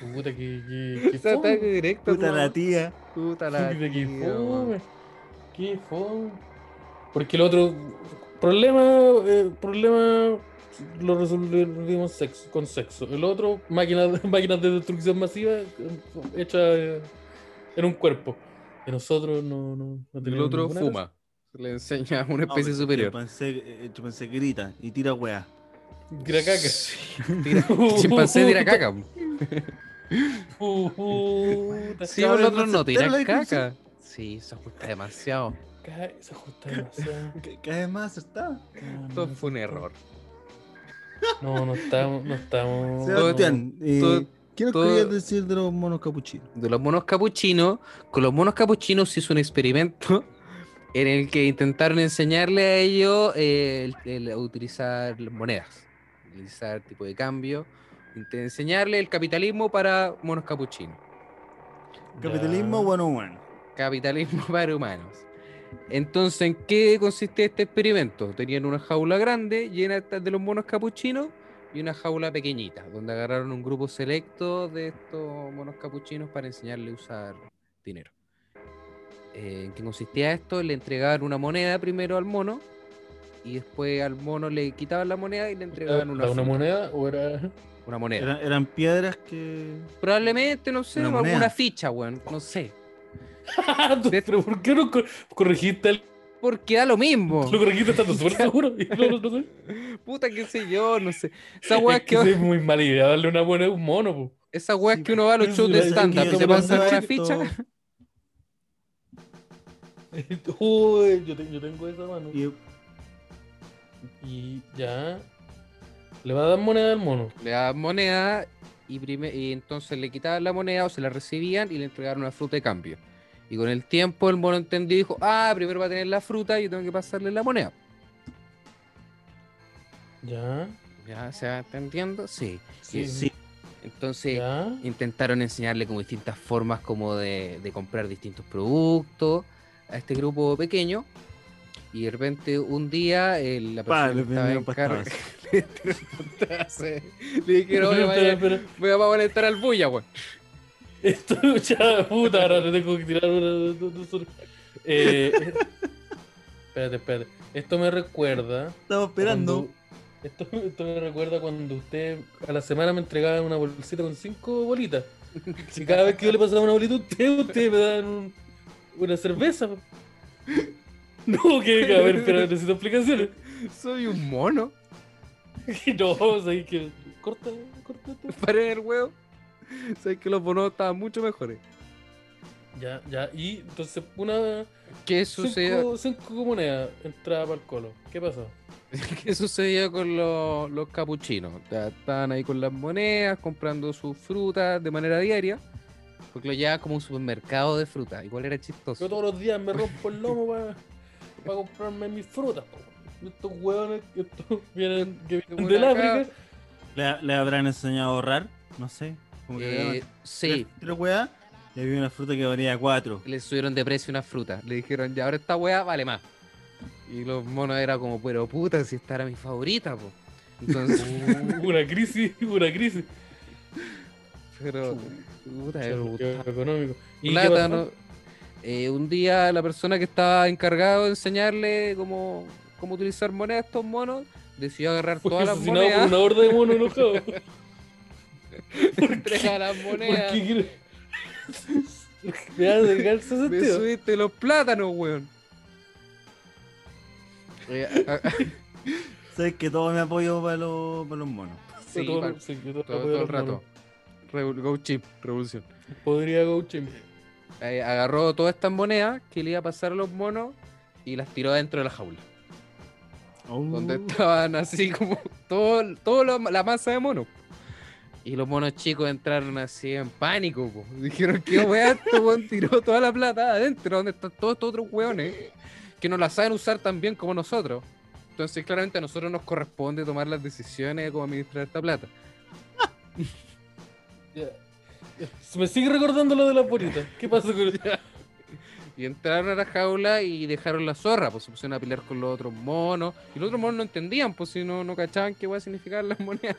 Puta, que. que, que
ese ataque
fome.
directo. a tu
Puta
mamá.
la tía.
Puta la
Puta, qué
tía,
fome.
weón.
Qué fome. Porque el otro problema, eh, problema lo resolvimos sexo- con sexo. El otro, máquinas máquinas de destrucción masiva eh, hecha eh, en un cuerpo. Y nosotros no, no, no
El
tenemos
otro
ninguna cosa.
fuma. Le enseña una
No,
especie
pero
superior.
El chimpancé, el chimpancé grita y tira weá.
Tira caca.
Tira- el chimpancé tira caca.
Puta,
Sí,
Cabrón,
el otro
no
no tira
aceptar la
caca. Sí, se ajusta demasiado.
ca- se ajusta demasiado.
Ca- Cada vez más acertado.
No,
Esto
no,
fue un error.
No, no estamos, no estamos.
Sebastián, eh,
todo-
¿qué nos
todo-
querías decir de los monos capuchinos?
de los monos capuchinos, con los monos capuchinos se hizo un experimento en el que intentaron enseñarle a ellos eh, el- el utilizar monedas, utilizar tipo de cambio, int- enseñarle el capitalismo para monos capuchinos,
Ya.
Capitalismo one on one.
capitalismo para humanos. Entonces, ¿en qué consistía este experimento? Tenían una jaula grande llena esta- de los monos capuchinos y una jaula pequeñita, donde agarraron un grupo selecto de estos monos capuchinos para enseñarle a usar dinero. Eh, ¿En qué consistía esto? Le entregaban una moneda primero al mono y después al mono le quitaban la moneda y le
¿Era
entregaban una,
una,
fruta,
moneda o era.?
una moneda.
Eran, eran piedras que.
Probablemente, no sé,
Una
alguna
moneda.
ficha, weón, no sé.
Pero ¿por qué no cor- corregiste el-
Porque da lo mismo.
Lo corregiste estando súper seguro. Y no, no, no sé.
Puta, qué sé yo, no sé. Esa weá
Es que es muy mala idea darle una moneda a un mono, po.
Esa weá
Sí,
que uno va a los
es
shows de
verdad, es que
stand-up,
yo
que se
cuando
pasa
era
una
chico-
ficha.
Uy, yo, te- yo tengo esa mano.
Y
Y ya. Le va a dar moneda al mono.
Le daban moneda y, prime- y entonces le quitaban la moneda o se la recibían y le entregaron una fruta de cambio. Y con el tiempo el mono entendió y dijo, ah, primero va a tener la fruta y yo tengo que pasarle la moneda.
Ya.
¿Ya se va entendiendo? Sí.
Sí.
sí,
Entonces
Ya.
intentaron enseñarle como distintas formas como de, de comprar distintos productos a este grupo pequeño. Y de repente un día el, la
pa,
persona que
le
estaba
vendieron
encargada-
pastazos.
le tiraron pastazos. Le dijeron, "Oye, vaya,
Espera, espera.
voy a molestar al bulla, weón.
Esto, ya, puta, ahora te tengo que tirar una. de- de- de- de- Eh, espérate, espérate. Esto me recuerda.
Estaba esperando.
Cuando- Esto, esto me recuerda cuando usted a la semana me entregaba una bolsita con cinco bolitas. Y cada vez que yo le pasaba una bolita a usted, usted me daban un- una cerveza. po. No, que a ver, pero necesito explicaciones.
Soy un mono.
No, o sea, que corta, corta tú.
Paré el huevo. Sabes que los bonos estaban mucho mejores.
Ya, ya. Y entonces una
¿Qué sucedió,
cinco, cinco monedas entraba para el colo. ¿Qué pasó?
¿Qué sucedió con los, los capuchinos? O sea, Estaban ahí con las monedas, comprando sus frutas de manera diaria. Porque lo llevaban como un supermercado de frutas. Igual era
Yo todos
chistoso.
los días me rompo el lomo para comprarme mis frutas. po. Estos huevones que estos vienen, que vienen
Como
del
de acá.
África.
¿Le, le habrán enseñado a ahorrar? No sé. Como que le
Eh,
daban
sí,
tres- tres weas, y había una fruta que valía cuatro.
le subieron de precio unas frutas. Le dijeron, ya ahora esta weá vale más. Y los monos era como, pero puta, si esta era mi favorita, po. Entonces,
Hubo una crisis, hubo una crisis.
pero. Puta, me
Qué
gustaba.
económico. ¿Y qué
Plata,
pasó?
no- Eh, un día la persona que estaba encargado de enseñarle cómo, cómo utilizar monedas a estos monos decidió agarrar
Fue
todas las
asesinado por
monedas.
una horda de monos enojados.
entrega las
¿Por
monedas.
qué quiere- Me da de calza ese
Me
tío.
subiste los plátanos, weón. Eh, a- a-
Sabes que todo mi apoyo para los, para los monos.
sí,
todo,
pa-
sí, yo todo
todo,
apoyo
todo
a
el
los
rato.
monos.
Revol- Go Chip, revolución.
Podría go chimp.
Eh, agarró todas estas monedas que le iba a pasar a los monos y las tiró dentro de la jaula. Donde
Uh,
estaban así como todo, todo lo- la masa de monos. Y los monos chicos entraron así en pánico. po. Dijeron, ¿qué weá? Este weón tiró toda la plata adentro, donde están todos estos otros weones que no la saben usar tan bien como nosotros. Entonces, claramente a nosotros nos corresponde tomar las decisiones de cómo administrar esta plata.
Ya. Se me sigue recordando lo de las bolitas. ¿Qué pasó con
Y entraron a la jaula y dejaron la zorra, pues se pusieron a pelear con los otros monos. Y los otros monos no entendían, pues si no, no cachaban qué iba a significar las monedas.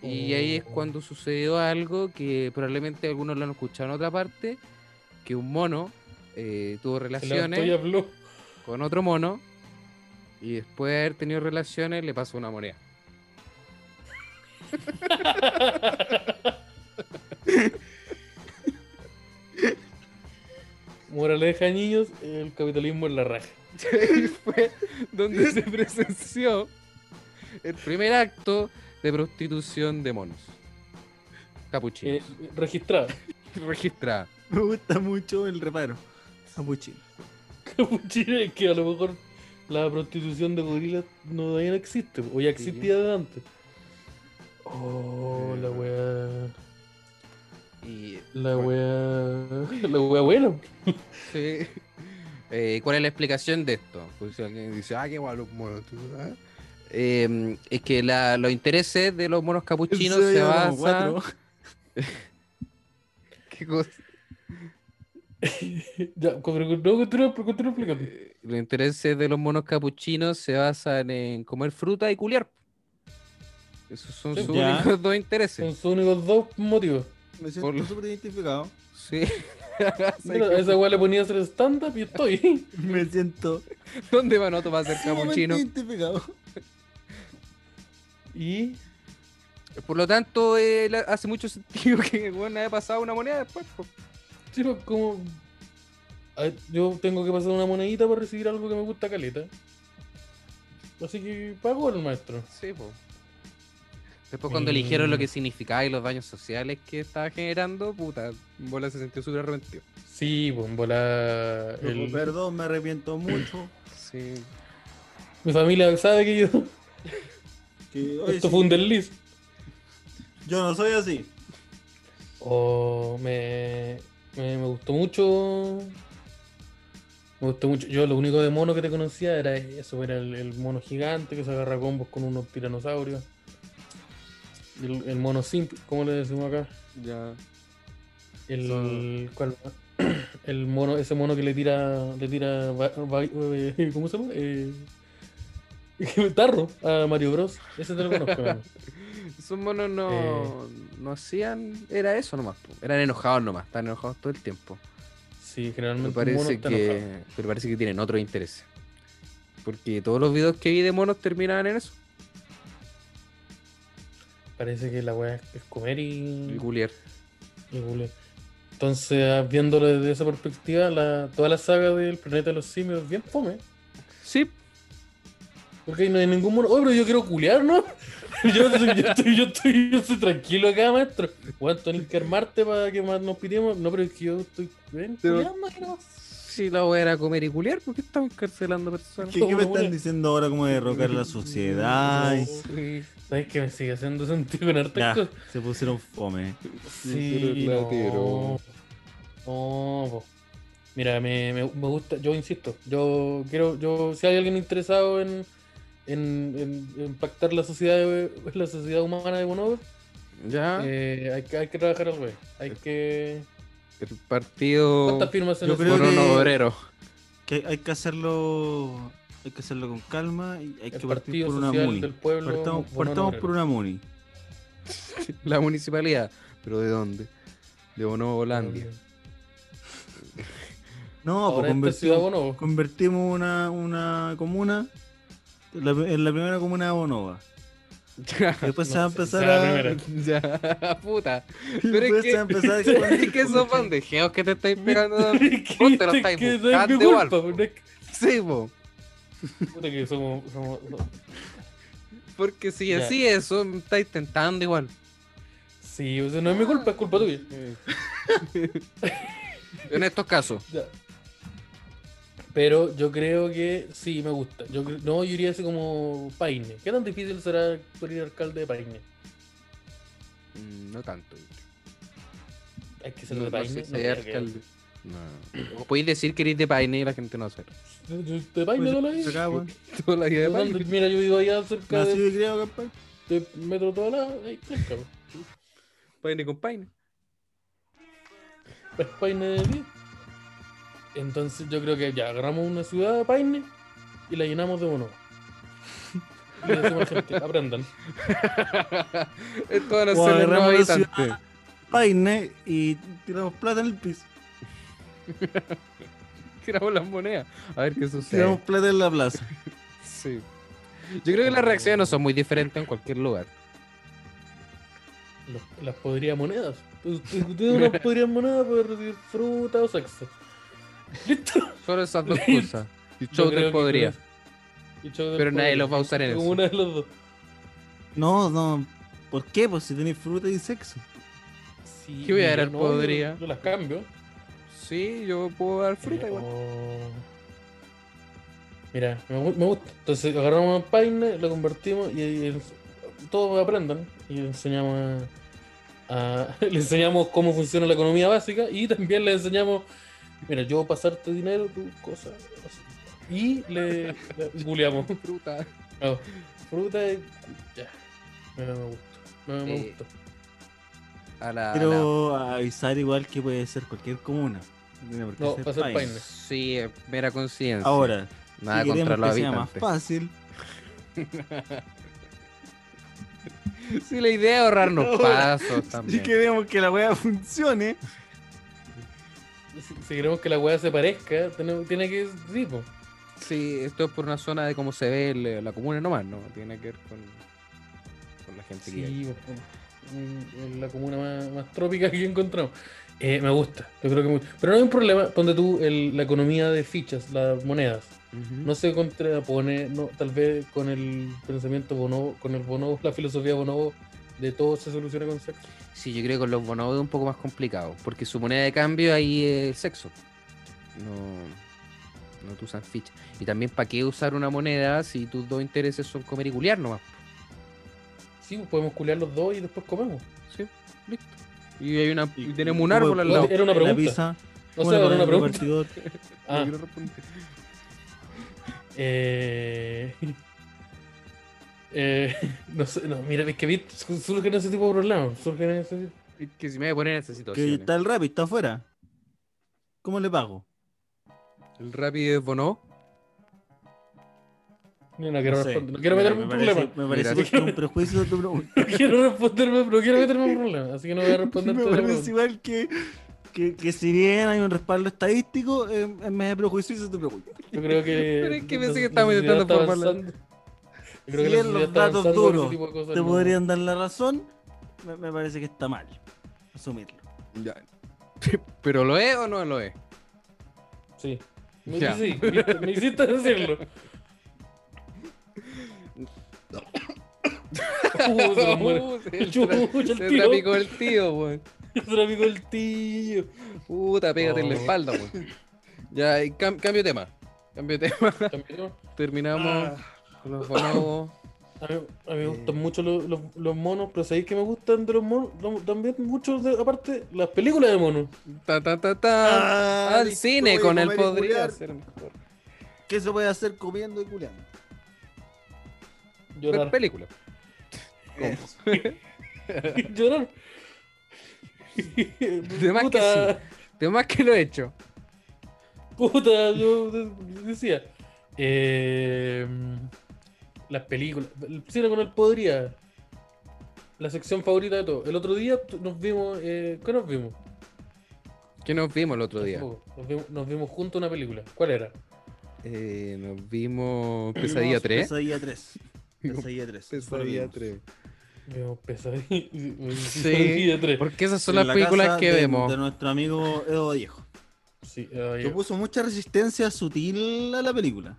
Y ahí es
Oh.
cuando sucedió algo que probablemente algunos lo han escuchado en otra parte, que un mono eh, tuvo
Se levantó y
relaciones
habló.
con otro mono y después de haber tenido relaciones le pasó una moneda.
Moraleja, niños, el capitalismo en la raja.
Y fue donde se presenció el primer acto de prostitución de monos.
Eh,
Capuchinos.
registrado.
Registrada.
me gusta mucho el reparo. Capuchino.
Capuchino, es que a lo mejor la prostitución de gorilas no, todavía no existe. O ya
Sí.
existía de antes. Oh, la
Eh.
weá.
Y,
La
bueno,
weá. La weá buena.
sí. Eh, ¿Cuál es la explicación de esto? Pues si alguien dice, ah, qué guay los monos. tú, ah". Eh, es que la- los intereses de los monos capuchinos se basan. ¿Qué cosa?
ya, con- con- no, continúa, pero continúa explicando.
Eh, los intereses de los monos capuchinos se basan en comer fruta y culiar. Esos son
Sí.
sus
Ya.
únicos dos intereses.
Son sus únicos dos motivos.
Me
Por
siento
lo-
súper identificado.
Sí.
Mira, a esa weá le ponía a hacer stand-up y estoy.
Me siento
¿Dónde van otros para hacer
sumamente
capuchino?
identificado.
y.
Por lo tanto, eh, la- hace mucho sentido que bueno, haya pasado una moneda después. po.
Chino, pues, como. a ver, Yo tengo que pasar una monedita para recibir algo que me gusta caleta. Así que pago al maestro.
Sí, po. Después
Eh.
cuando eligieron lo que significaba y los daños sociales que estaba generando, puta, Bola se sintió súper arrepentido.
Sí, pues en volá, el-
Perdón, me arrepiento mucho.
Sí.
Mi familia sabe que yo.
que- oye,
Esto
sí,
fue un desliz.
Yo no soy así.
Oh, me, me, me gustó mucho. Me gustó mucho. Yo lo único de mono que te conocía era eso, era el, el mono gigante que se agarra a combos con unos tiranosaurios. El, el mono simple, ¿cómo le decimos acá?
Ya.
El, ¿cuál más? el mono, ese mono que le tira, le tira, va- va- eh, ¿cómo se llama? Eh, tarro a Mario Bros. Ese te lo conozco. man.
Esos monos no,
Eh.
no hacían. Era eso nomás, po. Eran enojados nomás, estaban enojados todo el tiempo.
Sí,
Pero
generalmente un mono
parece,
está enojado.
que, pero parece que tienen otros intereses. Porque todos los videos que vi de monos terminaban en eso.
Parece que la weá es es comer y,
Y culiar.
y googlear. Entonces, ah, viéndolo desde esa perspectiva, la, toda la saga del planeta de los simios es bien fome.
Sí,
Porque ahí no hay ningún mono. Oh, pero yo quiero culear, ¿no? Yo, soy- yo estoy, yo, estoy, yo estoy tranquilo acá, maestro. Bueno, tenés que armarte para que más nos pidemos. No, pero es que yo estoy. Ven,
Pero-
culeando, ¿no?
si la voy a ir a comer y culiar, ¿por qué estamos encarcelando personas?
¿Qué, qué me están diciendo ahora como de derrocar la sociedad? y-
Sí.
¿Sabes que me sigue haciendo sentido con hartas
Ya,
cosas?
se pusieron fome.
Sí,
pero
no.
la tiró.
No, po. Mira, me, me, me gusta, yo insisto, yo quiero, yo, si hay alguien interesado en, en, en- en pactar la sociedad, de- la sociedad humana de Bonobo,
Ya.
Eh, hay, que- hay que trabajar al revés. Hay que.
el partido
¿Cuántas firmas se
yo
necesitan?
creo
por un
que-
obrero.
Que hay- hay que hacerlo. Hay que hacerlo con calma y hay
El
que partir
Partido
por una
Social del
muni.
Pueblo.
Partamos,
Bono
partamos por
Obrero.
una muni.
La municipalidad. ¿Pero de dónde? De Bono, Holandia.
No,
Ahora
pues
esta es ciudad
convertimos,
Bonobo.
convertimos una, una comuna la- en la primera comuna de Bonova.
Ya,
Y Después
No
se va a
sé,
empezar
será la
a.
primera.
ya, puta.
y
Pero es
después se va
que,
a empezar a
pero
expandir. pues,
es que esos bandejeos que te estáis pegando.
¿Qué-
te lo estáis
qué- es
buscando
mi
igual,
culpa,
po.
no es que-
Sí, po.
puta que somos- somos- no.
Porque si
Ya.
así eso, estáis tentando igual.
Sí, o sea, no es mi culpa, es culpa tuya.
En estos casos.
Ya. Pero yo creo que sí, me gusta. Yo, cre- no, yo iría así como Paine. ¿Qué tan difícil será el alcalde de Paine?
mm, No tanto. yo creo.
Hay que ser
No,
de
no
Paine.
sé
No
si hay
creo que-
alcalde. No. O podéis decir que eres de Paine y la gente no va a saber.
De- de- de Paine
Pues,
toda la vida.
se acaba.
Toda la vida de
Yo
Paine.
ando- Mira, yo vivo allá cerca
Nacido
de,
y criado, capaz.
de metro toda la. Ahí, cerca, po.
Paine con Paine.
Pues Paine de 10. Entonces yo creo que ya agarramos una ciudad de Paine y la llenamos de bono. Y le decimos a la gente, aprendan.
Esto van a
O
ser los
agarramos la
nuevos
ciudad.
habitantes.
Paine y tiramos plata en el piso.
Tiramos las monedas. A ver qué sucede.
Tiramos plata en la plaza.
Sí. Yo creo que las reacciones no son muy diferentes en cualquier lugar.
Los- las podría monedas. Ustedes ustedes unas podrían monedas pueden recibir fruta o sexo. Listo.
Solo esas dos cosas. Y
Yo creo
Chowder
que
podría.
con eso- y Chowder
Pero nadie
podría.
los va a usar en
Como
eso.
una de los dos.
No, no. ¿Por qué? Pues si tenéis fruta y sexo.
Sí,
¿Qué voy a
mira,
dar al
no,
podría?
Yo, yo las cambio.
Sí, yo puedo dar fruta
Eh,
igual.
o- Mira, me, gu- me gusta. Entonces agarramos a Paine, lo convertimos y, y el- todos aprendan. Y le enseñamos a, a- le enseñamos cómo funciona la economía básica y también le enseñamos, mira, yo pasarte dinero, tú cosas. así. Y le, le googleamos.
Fruta.
No, fruta y ya. Me, me gusta. Me, me
Eh,
gusta.
A la. a la-
Quiero avisar igual que puede ser cualquier comuna. No, tiene por qué
No, va a ser
Paine.
Paine.
Sí, es mera conciencia.
Ahora,
Nada
si
contra
queremos
los
que sea más
habitantes.
fácil,
Sí, la idea es ahorrarnos
Ahora,
pasos
si
también.
queremos que la weá funcione,
Si, si queremos que la weá se parezca, tiene, tiene que. Sí, po.
Sí, esto es por una zona de cómo se ve el- la comuna nomás, ¿no? Tiene que ver con, con la gente que hay.
Sí, po, mm, es la comuna más, más trópica que encontramos. Eh, me gusta, yo creo que me- Pero no hay un problema, ponte tú el- la economía de fichas, las monedas.
Ujú.
No se contrapone, no, tal vez con el pensamiento bonobo, con el bonobo, la filosofía bonobo, de todo se soluciona con sexo.
Sí, yo creo que con los bonobos es un poco más complicado, porque su moneda de cambio ahí es el sexo. No, no te usan ficha. Y también, ¿para qué usar una moneda si tus dos intereses son comer y culiar nomás?
Sí, pues, podemos culear los dos y después comemos.
Sí, listo. Y, hay una,
Y-
y tenemos
y
un
como-
árbol al
No,
lado.
era una
la
pregunta.
pizza,
No
una
sé, era
con
una
el
pregunta.
repartidor.
Ah,
Yo quiero responder.
eh, eh, no sé, no, mira, es que vi- su- surgen ese tipo de problemas. Surgen ese tipo.
Es que si me voy a poner en esa
Que
situación. ¿eh?
está el rap, está afuera. ¿Cómo le pago?
El rápido es bono.
No, no quiero
No sé.
responder. No quiero
Mira,
meterme en
me parece-
problemas.
Me parece
Mira.
que es un prejuicio de tu pregunta.
No quiero responderme, no quiero meterme en problemas. Así que no voy a responder
Me
toda la
parece
pregunta.
igual que, que, que si bien hay un respaldo estadístico, eh, es más de prejuicio de tu pregunta.
Yo creo que.
Pero es que
la-
pensé que
la
estaba ¿eh?
sociedad está
intentando formarla.
avanzando. Yo creo
Si
que la
bien
sociedad
los
está
datos
avanzando con ese
duros
tipo de cosas,
Te
no-
podrían dar la razón, me, me parece que está mal asumirlo.
Ya. ¿Pero lo es o no lo es?
Sí. Me,
Ya.
sí, viste, me hiciste decirlo. Uh, se nos muere.
Uh, se tra-
Chucha, el
se
tío.
trapicó el tío, weón.
Se la picó el tío.
Puta, pégate en la
Oh.
espalda, weón. Ya, y cam- cambio de tema. Cambio de tema.
Campeón.
Terminamos
Ah.
con los bonobos.
A mí, a mí me gustan mucho los, los, los monos, pero sabéis que me gustan de los monos Lo- también mucho, de- aparte, las películas de monos.
Ta, ta, ta, ta.
Ah,
Al
listo,
cine
voy a
con él
comer y
podría
culiar.
ser mejor.
¿Qué se puede hacer comiendo y culeando?
Llorar.
Ver película.
Eso.
y llorar.
De más que
puta,
De más que lo he hecho.
puta, yo de- decía. eh, las películas. El cine con él podría. La sección favorita de todo. El otro día tu- nos vimos. Eh, ¿Qué nos vimos?
Que nos vimos el otro día.
Oh, Nos vimos, nos vimos juntos una película. ¿Cuál era?
Eh, nos vimos Pesadilla
Vimos
3.
Pesadilla 3. Pesadilla 3. Volvimos.
Vimos pesadilla.
Sí.
Pesadilla tres.
Porque esas son
En
las
la
películas
casa
que
de-
vemos.
De nuestro amigo Edo Viejo.
Sí, ah, ay,
Que puso mucha resistencia sutil a la película.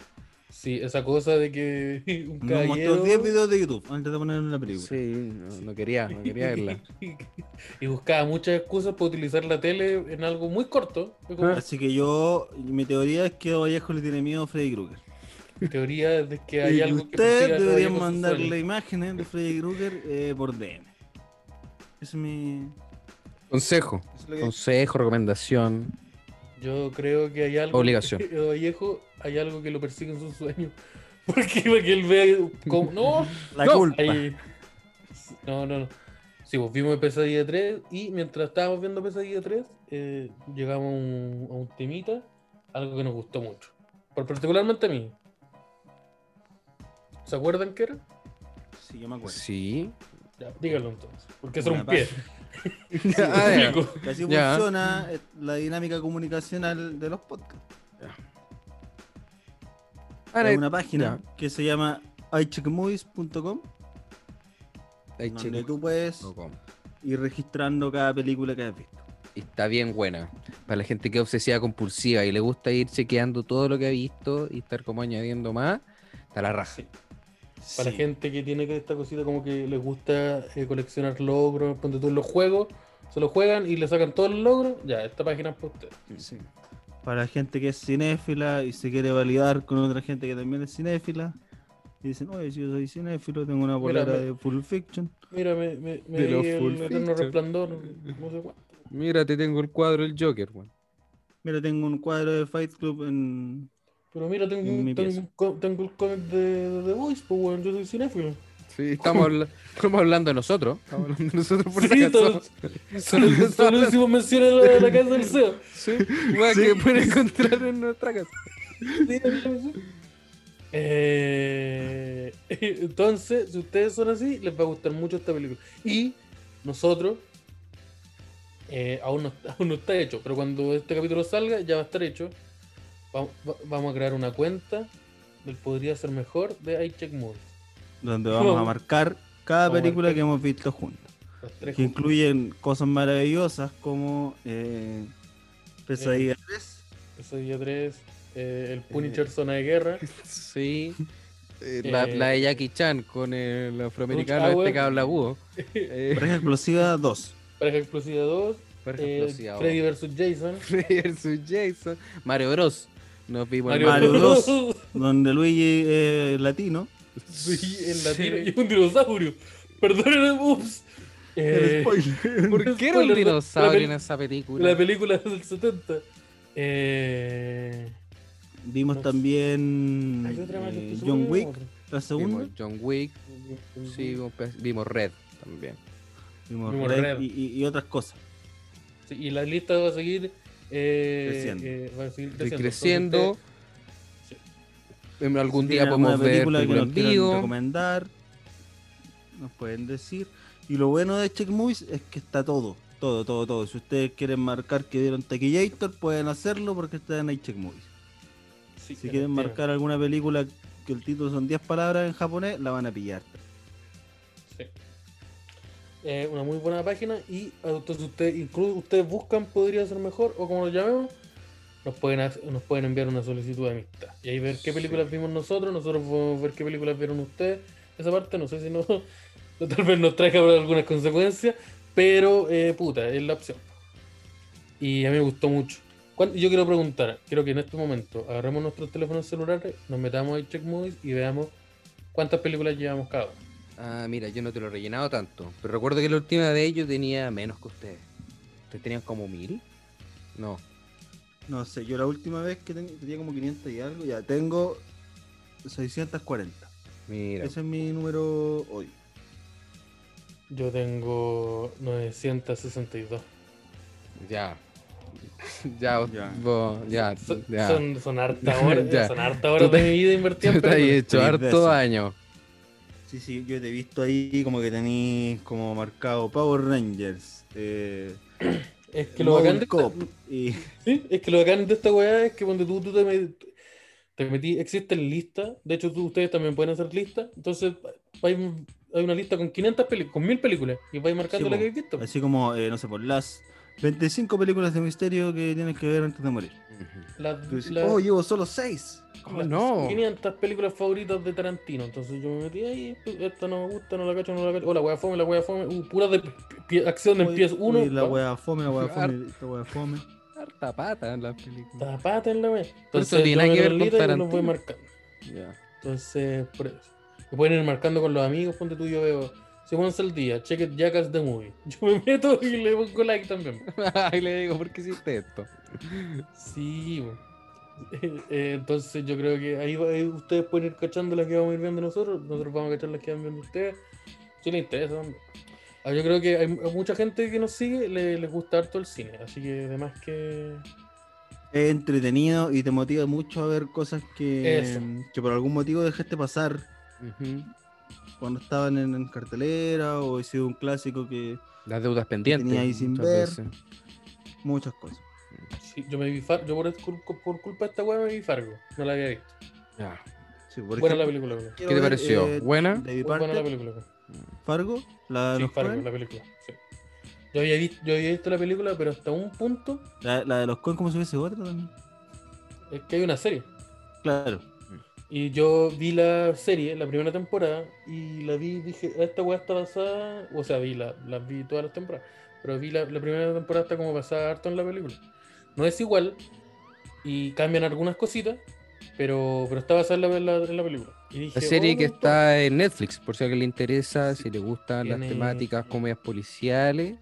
sí, esa cosa de que un
Nos mostró
caballero
10 videos de YouTube antes de poner la película.
Sí, no, no quería, no quería verla.
y buscaba muchas excusas para utilizar la tele en algo muy corto. Fue como,
Así que yo, mi teoría es que Edo Viejo le tiene miedo a Freddy Krueger.
teoría de que hay
Y que
algo que persigue a
ustedes deberían
caballeros
mandarle
sexuales.
imágenes de Freddy Krueger eh, por DM. Ese es mi.
Consejo.
eso es lo que-
Consejo, recomendación,
Yo creo que hay algo.
obligación.
Edo Vallejo, hay algo que lo persigue en sus sueños. Porque para que él vea. Como, no,
La
No,
culpa.
hay- no, no, no. Sí, pues vimos Pesadilla 3 y mientras estábamos viendo Pesadilla 3, eh, llegamos a un, a un temita, algo que nos gustó mucho. Por particularmente a mí. ¿Se acuerdan qué era?
Sí, yo me acuerdo.
Sí.
Ya, díganlo entonces. Porque son
Una
un pie.
Ah, ya.
Explico.
Que así
Ya.
funciona eh, la dinámica comunicacional de los podcasts.
Ahora,
Hay una página que se llama iCheckMovies.com
ahí
donde
checo.
tú puedes ir registrando cada película que has visto.
Y Está bien buena. Para la gente que es obsesiva compulsiva y le gusta ir chequeando todo lo que ha visto y estar como añadiendo más, está la raja.
Sí. Para la gente que tiene que esta cosita como que les gusta eh, coleccionar logros, ponte tú en los juegos, se los juegan y le sacan todos los logros, ya, esta página es para ustedes.
Para la gente que es cinéfila y se quiere validar con otra gente que también es cinéfila. Y dicen, oye, si yo soy cinéfilo, tengo una
Mira,
polera
me-
de Pulp Fiction.
Mira, me, me, me
De
vi
los full
el eterno
features.
resplandor, no sé cuánto.
Mira, te tengo el cuadro del Joker, weón.
Mira, tengo un cuadro de Fight Club en...
Pero mira, tengo,
En
un-
mi
tengo,
pieza.
un co- tengo el cómic de, de The Voice, pues weón, yo soy cinéfilo.
Sí, estamos, habla- estamos hablando de nosotros. Estamos hablando de nosotros por si
Sí,
acaso.
solo,
Solo
solo,
estamos
solo
hablando-
hicimos mención a la, a la casa del CEO.
Sí, weón, que pueden encontrar en nuestra casa.
Eh, entonces, si ustedes son así, les va a gustar mucho esta película. Y nosotros, eh, aún, no, aún no está hecho, pero cuando este capítulo salga, ya va a estar hecho. Va- va- vamos a crear una cuenta del Podría Ser Mejor de iCheck Movies.
Donde vamos a
Vamos.
marcar cada
Vamos a
película
marcar.
que hemos visto juntos.
Los tres
que
juntos.
incluyen cosas maravillosas como eh, Pesadilla
Eh.
3,
Ese día 3, el Punisher Zona de Guerra.
Sí. Eh, La,
Eh,
la de Jackie Chan con el afroamericano
Rush Hour.
este que habla búho. Eh,
Pareja Explosiva 2.
Pareja Explosiva 2,
por
eh,
ejemplo, sí, ahora.
Freddy vs. Jason.
Freddy versus Jason. Mario Bros. Nos vimos en
Mario
Mario
Bros. Donde Luigi eh, latino,
Sí, el
Sí.
latino y un dinosaurio. Perdón, ups. Eh,
¿Por qué era
spoiler,
un
la- la
dinosaurio
peli-
en esa película?
la película del 70. Eh,
vimos
No.
también
¿hay otra más?
eh,
Estoy seguro
John
que hay
Wick,
otra.
la segunda,
Vimos John Wick, sí, vimos, pe- vimos Red también.
vimos,
vimos
Red
Red.
Y, y- y otras cosas.
Sí, y la lista va a seguir eh,
Creciendo.
eh, va a seguir
Estoy
creciendo.
creciendo.
Entonces,
En algún
Si
día
tienen alguna
podemos ver
película que
película
nos
en
quieran
vivo.
recomendar, nos pueden decir. Y lo bueno de Check Movies es que está todo, todo, todo, todo. Si ustedes quieren marcar que vieron Tequillator, pueden hacerlo porque está en Check Movies.
ustedes- sí,
Si quieren
efectivamente.
marcar alguna película que el título son 10 palabras en japonés, la van a pillar.
Sí. Eh, una muy buena página y entonces ustedes incluso ustedes buscan podría ser mejor o como lo llamemos nos pueden hac- nos pueden enviar una solicitud de amistad y ahí ver qué
Sí.
películas vimos nosotros nosotros podemos ver qué películas vieron ustedes esa parte no sé si no tal vez nos traiga algunas consecuencias pero eh, puta es la opción y a mí me gustó mucho ¿Cuál- yo quiero preguntar quiero que en este momento agarremos nuestros teléfonos celulares nos metamos a check movies y veamos cuántas películas llevamos cada uno
Ah, mira, yo no te lo he rellenado tanto. Pero recuerdo que la última de ellos tenía menos que ustedes. ¿Ustedes tenían como mil? No.
No sé, yo la última vez que ten- tenía como 500 y algo, ya tengo 640.
Mira,
Ese es mi número hoy.
Yo tengo 962.
Ya. Ya, vos-
Ya.
vos- ya,
Son,
ya.
son, son harta horas,
Ya.
son harta horas de mi vida invertida en
Te has
películas.
hecho
Feliz de
harto
eso.
daño.
Sí, sí, yo te he visto ahí como que tenés como marcado Power Rangers, eh,
Es que lo bacán
Mobile
de esta-
Cop y...
Sí, es que lo bacán de esta weá es que cuando tú, tú te, met- te metí, existen listas, de hecho tú- ustedes también pueden hacer listas, entonces hay, hay una lista con 500 películas, con 1000 películas, y vais marcando la
Sí, po.
que habéis visto.
Así como, eh, no sé, por las 25 películas de misterio que tienes que ver antes de morir.
Las-
Tú dices,
las-
oh, llevo solo 6.
Oh, no.
500 películas favoritas de Tarantino. Entonces yo me metí ahí, esta no me gusta, no la cacho, no la cacho. Oh, la wea fome, la wea fome. Uh, pura de pie- acción de pies uno.
La
pa-
wea fome, la wea fome, la wea fome.
Harta pata en la película.
Tapate en ah, la wea. Entonces
tiene
yo
nada
me
que ver pues,
lo lito
con
y los voy
Tarantino.
marcando.
Ah.
Ya.
Entonces, por eso. Me pueden ir marcando con los amigos, ponte tú, yo veo. Si pones el día, check it, Jackass the Movie. Yo me meto y le pongo like también.
Y le digo, ¿por qué hiciste esto?
Sí, bo. Eh, eh, entonces yo creo que ahí, va- ahí ustedes pueden ir cachando las que vamos a ir viendo nosotros, nosotros vamos a cachar las que van viendo ustedes, si les interesa. hombre. Ah, Yo creo que hay mu- mucha gente que nos sigue le, les gusta harto el cine, así que además que...
Es entretenido y te motiva mucho a ver cosas
Eso.
que, que por algún motivo dejaste pasar cuando estaban en, en cartelera o he sido un clásico que
Las deudas pendientes.
Tenía ahí sin
muchas
ver.
veces.
muchas cosas.
sí, yo me vi Far- yo por, cul- por culpa de esta weá me vi Fargo, no la había visto.
Ya.
Sí, por
buena la
ejemplo,
película, weón.
quiero
¿Qué te
ver,
pareció?
eh,
¿Buena?
de
Muy
mi
buena la
parte,
película. weón.
Fargo, la, de
Sí,
los
Fargo,
Coen.
la película. sí. Yo, había visto, yo había visto la película, pero hasta un punto
La, la de los Coen, como si hubiese otra también.
es que hay una serie.
Claro.
Y yo vi la serie, la primera temporada, y la vi, dije, "Ah, esta weá está basada, o sea, vi la, las vi todas las temporadas, pero vi la, la primera temporada está como basada harto en la película. No es igual, y cambian algunas cositas, pero, pero está basada en la, en la- en la película. Y dije,
La serie
"Oh,
que
me gustó".
está en Netflix, por si a alguien le interesa,
Sí,
si le gustan las
tiene-
temáticas, comedias policiales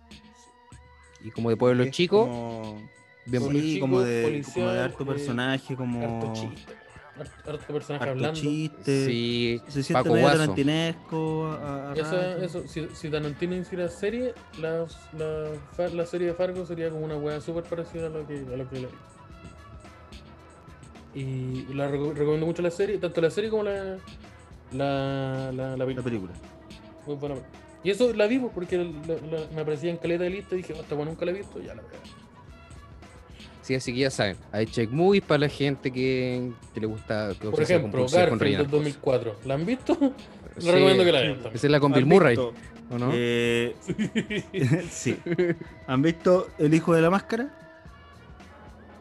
y como de pueblo
Es
chico,
como-
bien
Pueblo
bonito.
sí,
chico,
como de, como
policial,
de harto
eh,
personaje, como
Harto chiste, harto, harto personaje
harto
hablando.
chiste.
Sí,
Se siente
Paco
medio
Guaso.
tarantinesco. a- a
Esa,
ratos.
eso, si, si Tarantino hiciera serie, la, la, Far- la serie de Fargo sería como una weá súper parecida a lo que, a lo que la- Y la reco- recomiendo mucho la serie, tanto la serie como la, la, la, la
La
película.
película.
Muy buena película. Y eso la vimos porque la- la- me aparecía en caleta de lista y dije, hasta bueno, nunca la he visto, ya la voy a ver".
sí, así que ya saben, hay check movies para la gente que, que le gusta que
Por
obsesiona
ejemplo,
compulsiva con
Garfield del
rellenar
2004. ¿La han visto?
cosas.
Les
Sí,
recomiendo que la vean también.
Esa es la con Bill
¿Han
Murray,
visto,
¿o no?
eh, sí. ¿Han visto El Hijo de la Máscara?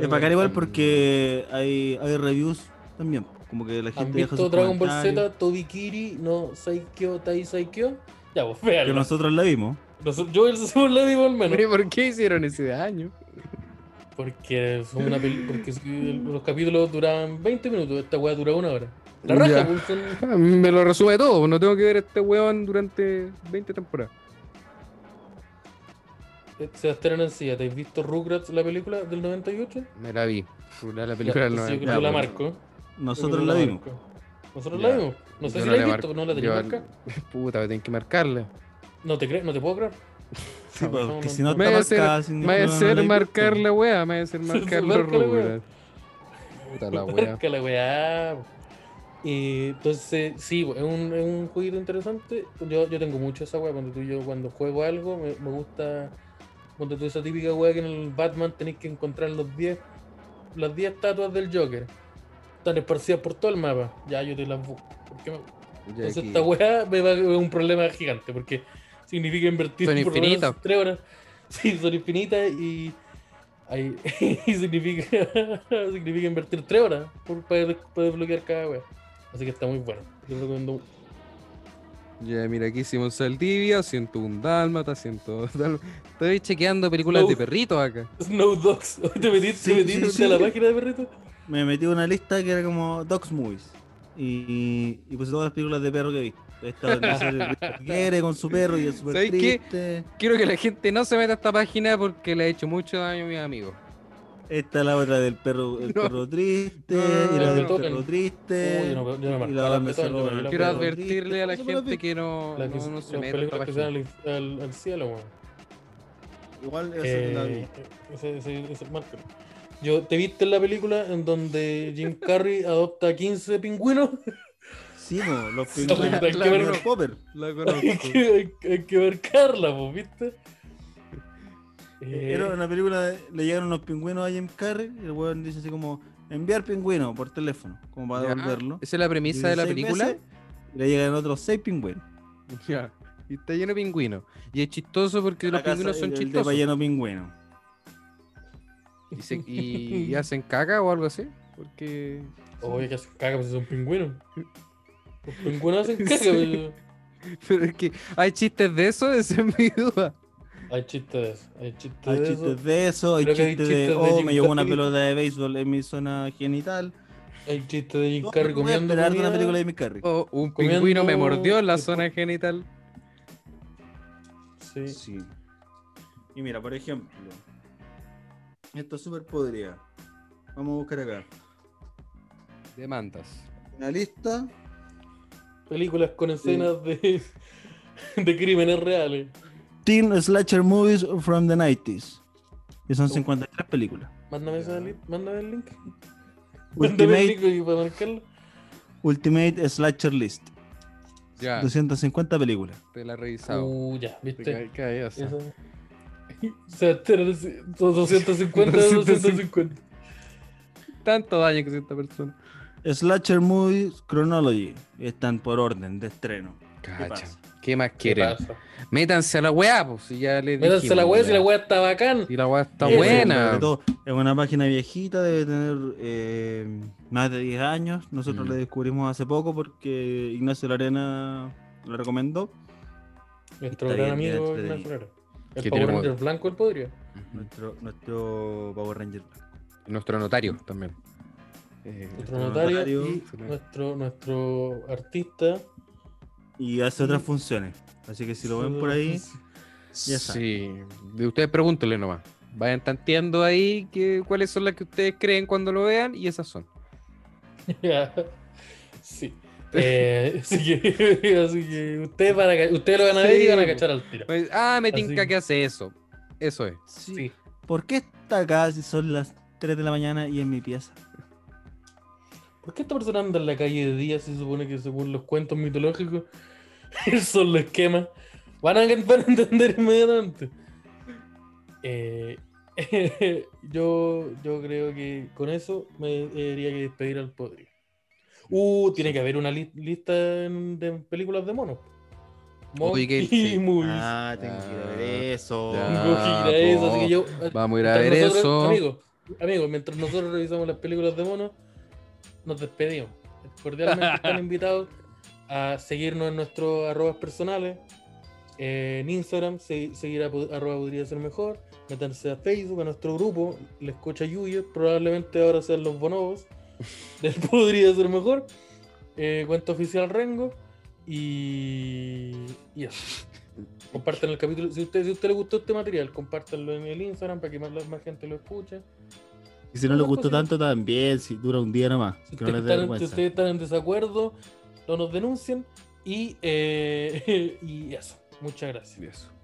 Es bacán igual porque hay, hay reviews también. Como que la gente
¿Han
deja
visto
sus
Dragon Ball
comentarios,
Z, Tobikiri, no Saikyo, Tai Saikyo? Ya, pues véanla.
Que nosotros la vimos.
Nos- Yo el segundo la digo al menos.
Pero, ¿Por qué hicieron ese daño?
Porque, fue una peli- porque si el- los capítulos duraban 20 minutos, esta weá dura una hora. La raja,
Ya.
pues, son-
Ah, Me lo resume todo, no tengo que ver a este weón durante 20 temporadas.
eh, Sebastián Ancilla, ¿te has visto Rugrats, la película del 98?
Me la vi. La la película
Ya, entonces yo
del 90.
creo que
Ya,
la
bueno.
marco.
Nosotros
Yo creo
la
que
vimos.
marco. Nosotros
Ya.
la vimos. No sé
pues. Yo
si
no
la
la
has
mar-
visto, no la
yo-
tenías acá.
Puta, me tienen que marcarla.
No te crees, no te puedo creer.
Sí,
No,
pues,
no,
que
no,
si no
no.
Me
está
va a hacer-
marcada, si
Me
no-
va a
no la
hacer
he
marcar
visto.
la weá, me va a hacer marcar los
marca la weá.
rubros. Puta la weá.
Marca la weá. Y entonces, sí, es un, es un jueguito interesante. Yo, yo tengo mucho esa weá. Cuando tú, yo cuando juego algo, me, me gusta. Cuando tú esa típica weá que en el Batman tenéis que encontrar los 10 las 10 estatuas del Joker. Están esparcidas por todo el mapa. Ya yo te las busco. Porque me-
Ya
Entonces
aquí.
esta weá me va a es un problema gigante. Porque significa invertir
Son
por lo menos
infinitas.
tres horas. Sí, son infinitas y. Ahí, y significa, significa invertir 3 horas por, para, des- para desbloquear cada wea. Así que está muy bueno. Yo recomiendo.
Ya, mira, aquí Simón Saldivia, 101 Dálmata, 102 Dálmata. Estoy chequeando películas
No.
de perritos acá.
Snow Dogs. ¿Te metiste,
Sí,
te metiste
sí, sí.
a la página de perrito?
Me metí a una lista que era como Docs Movies. Y, y puse todas las películas de perro que vi. Esta donde sale el Richard Gere con su perro y es súper
¿Sabes qué?
triste.
Quiero que la gente no se meta a esta página porque le ha hecho mucho daño a mis amigos.
Esta es la otra del perro, el
No.
perro triste,
No,
y la
no,
del
no.
perro triste.
Uy, yo no- yo no
y
marcaba
la
la
del
Beethoven, yo
perro
me la
Quiero
Pero-
advertirle a la
Eso me lo
gente que no,
Las que
no,
se-
no se
las
meta en esta
películas que se
página.
van al, al- al cielo, weón.
Igual eso la vi.
Eh, ese, ese- ese- márcalo. Yo, ¿Te viste en la película en donde Jim Carrey adopta 15 pingüinos?
Sí, po, los
Sí, la-
pingüinos.
la-
los
la-
pingüinos Popper.
La
pues,
hay,
conozco.
que, hay, hay que ver Carla, pues, ¿viste? Eh,
Era una película, de- le llegaron unos pingüinos a Jim Carrey y el weón dice así como enviar pingüinos por teléfono, como para
Ya.
devolverlo.
Esa es la premisa de la
16
película.
veces, y le llegan otros seis pingüinos.
Ya. Y está lleno de pingüinos. Y es chistoso porque los
La casa
pingüinos son
del- del
chistosos.
lleno pingüino.
Y, se- y- y hacen caca o algo así. Porque.
Oye, que hacen caca, pues son pingüinos. Los pingüinos hacen pues, caca,
Sí.
pero-
Pero es que hay chistes de eso, esa es mi duda.
Hay chistes de eso. Hay chistes
Hay
de
chistes
eso.
de eso, hay
Creo que hay
chistes de,
chistes de
oh,
Jim
me llegó una
Carrey".
pelota de béisbol en mi zona genital.
Hay chistes de Jim
No,
Carrey
no voy a
comiendo.
esperar de una
comida.
película de Jim Carrey.
O un
Comiendo-
pingüino me mordió en la zona genital.
Sí.
Sí. Y mira, por ejemplo, esto es súper podría. Vamos a buscar acá.
Demandas.
Una lista.
Películas con escenas de, de crímenes reales.
Teen Slasher Movies from the 90s. Y son 53 películas.
Mándame, esa li- mándame el link. Mándame el
Ultimate,
link y para marcarlo.
Ultimate Slasher List. Ah.
Ya,
250 películas.
te la he revisado.
Uh, ya,
Te
¿viste?
ca- cae, o sea.
Esa. O sea, te- 250 de 250.
Tanto daño que hizo esta persona.
Slasher Movies Chronology. Están por orden de estreno.
Cacha.
pasa?
¿Qué más
¿Qué
quieren?
pasa?
Métanse a la weá, pues si ya le
Métanse
dijimos,
la weá si la
weá.
weá está bacán.
Y la weá está
Eh,
buena.
Sobre todo, es una página viejita, debe tener eh, más de 10 años. Nosotros
Mm.
la descubrimos hace poco porque Ignacio Larena la recomendó.
Nuestro
Está
gran
bien, bien
amigo
entretenido.
Ignacio Herrera. El
Que
Power
tenemos-
Ranger blanco, el podría.
Ujú.
Nuestro, nuestro Power Ranger.
Nuestro notario también. Eh,
Nuestro notario,
notario.
y nuestro, nuestro artista.
Y hace otras funciones. Así que si lo ven por ahí, Ya está.
Sí, de ustedes pregúntenle nomás. Vayan tanteando ahí que, cuáles son las que ustedes creen cuando lo vean y esas son.
sí. Eh, así, que, así que ustedes, van a ca- ustedes lo van a ver y van a
Sí.
cachar al tiro.
Pues, ah, me
Así
tinca
que-
que hace eso. Eso es.
Sí.
¿por qué está acá si son las 3 de la mañana y en mi pieza?
¿Por qué esta persona anda en la calle de día si se supone que según los cuentos mitológicos el sol lo esquema? Van a, van a entender inmediatamente. Eh, yo, yo creo que con eso me tendría que despedir al podrido. Uh, tiene que haber una li- lista en- de películas de monos. Monos
Oye, que-
y
sí.
movies.
Ah,
tengo que ir a ver
eso.
Ya.
Tengo que ir a eso, así que yo-
Vamos a ir a ver
mientras nosotros-
eso.
Amigos, amigos, mientras nosotros revisamos las películas de monos, nos despedimos. Cordialmente están invitados a seguirnos en nuestros arrobas personales. eh, en Instagram, se- seguir a pod- arroba podría ser mejor. Meterse a Facebook, a nuestro grupo. Le escucha Yuyo. Probablemente ahora sean los bonobos. Del podría ser mejor. Eh, cuenta oficial Rengo. Y, y eso. Compartan el capítulo. Si a usted, si a usted le gustó este material, compártanlo en el Instagram para que más, más gente lo escuche.
Y si no les gustó tanto, también. Si dura un día nomás.
Si
Que no
ustedes,
les dé
están, si
vergüenza.
ustedes están en desacuerdo, no nos denuncien. Y, eh, y eso. Muchas gracias.
Eso.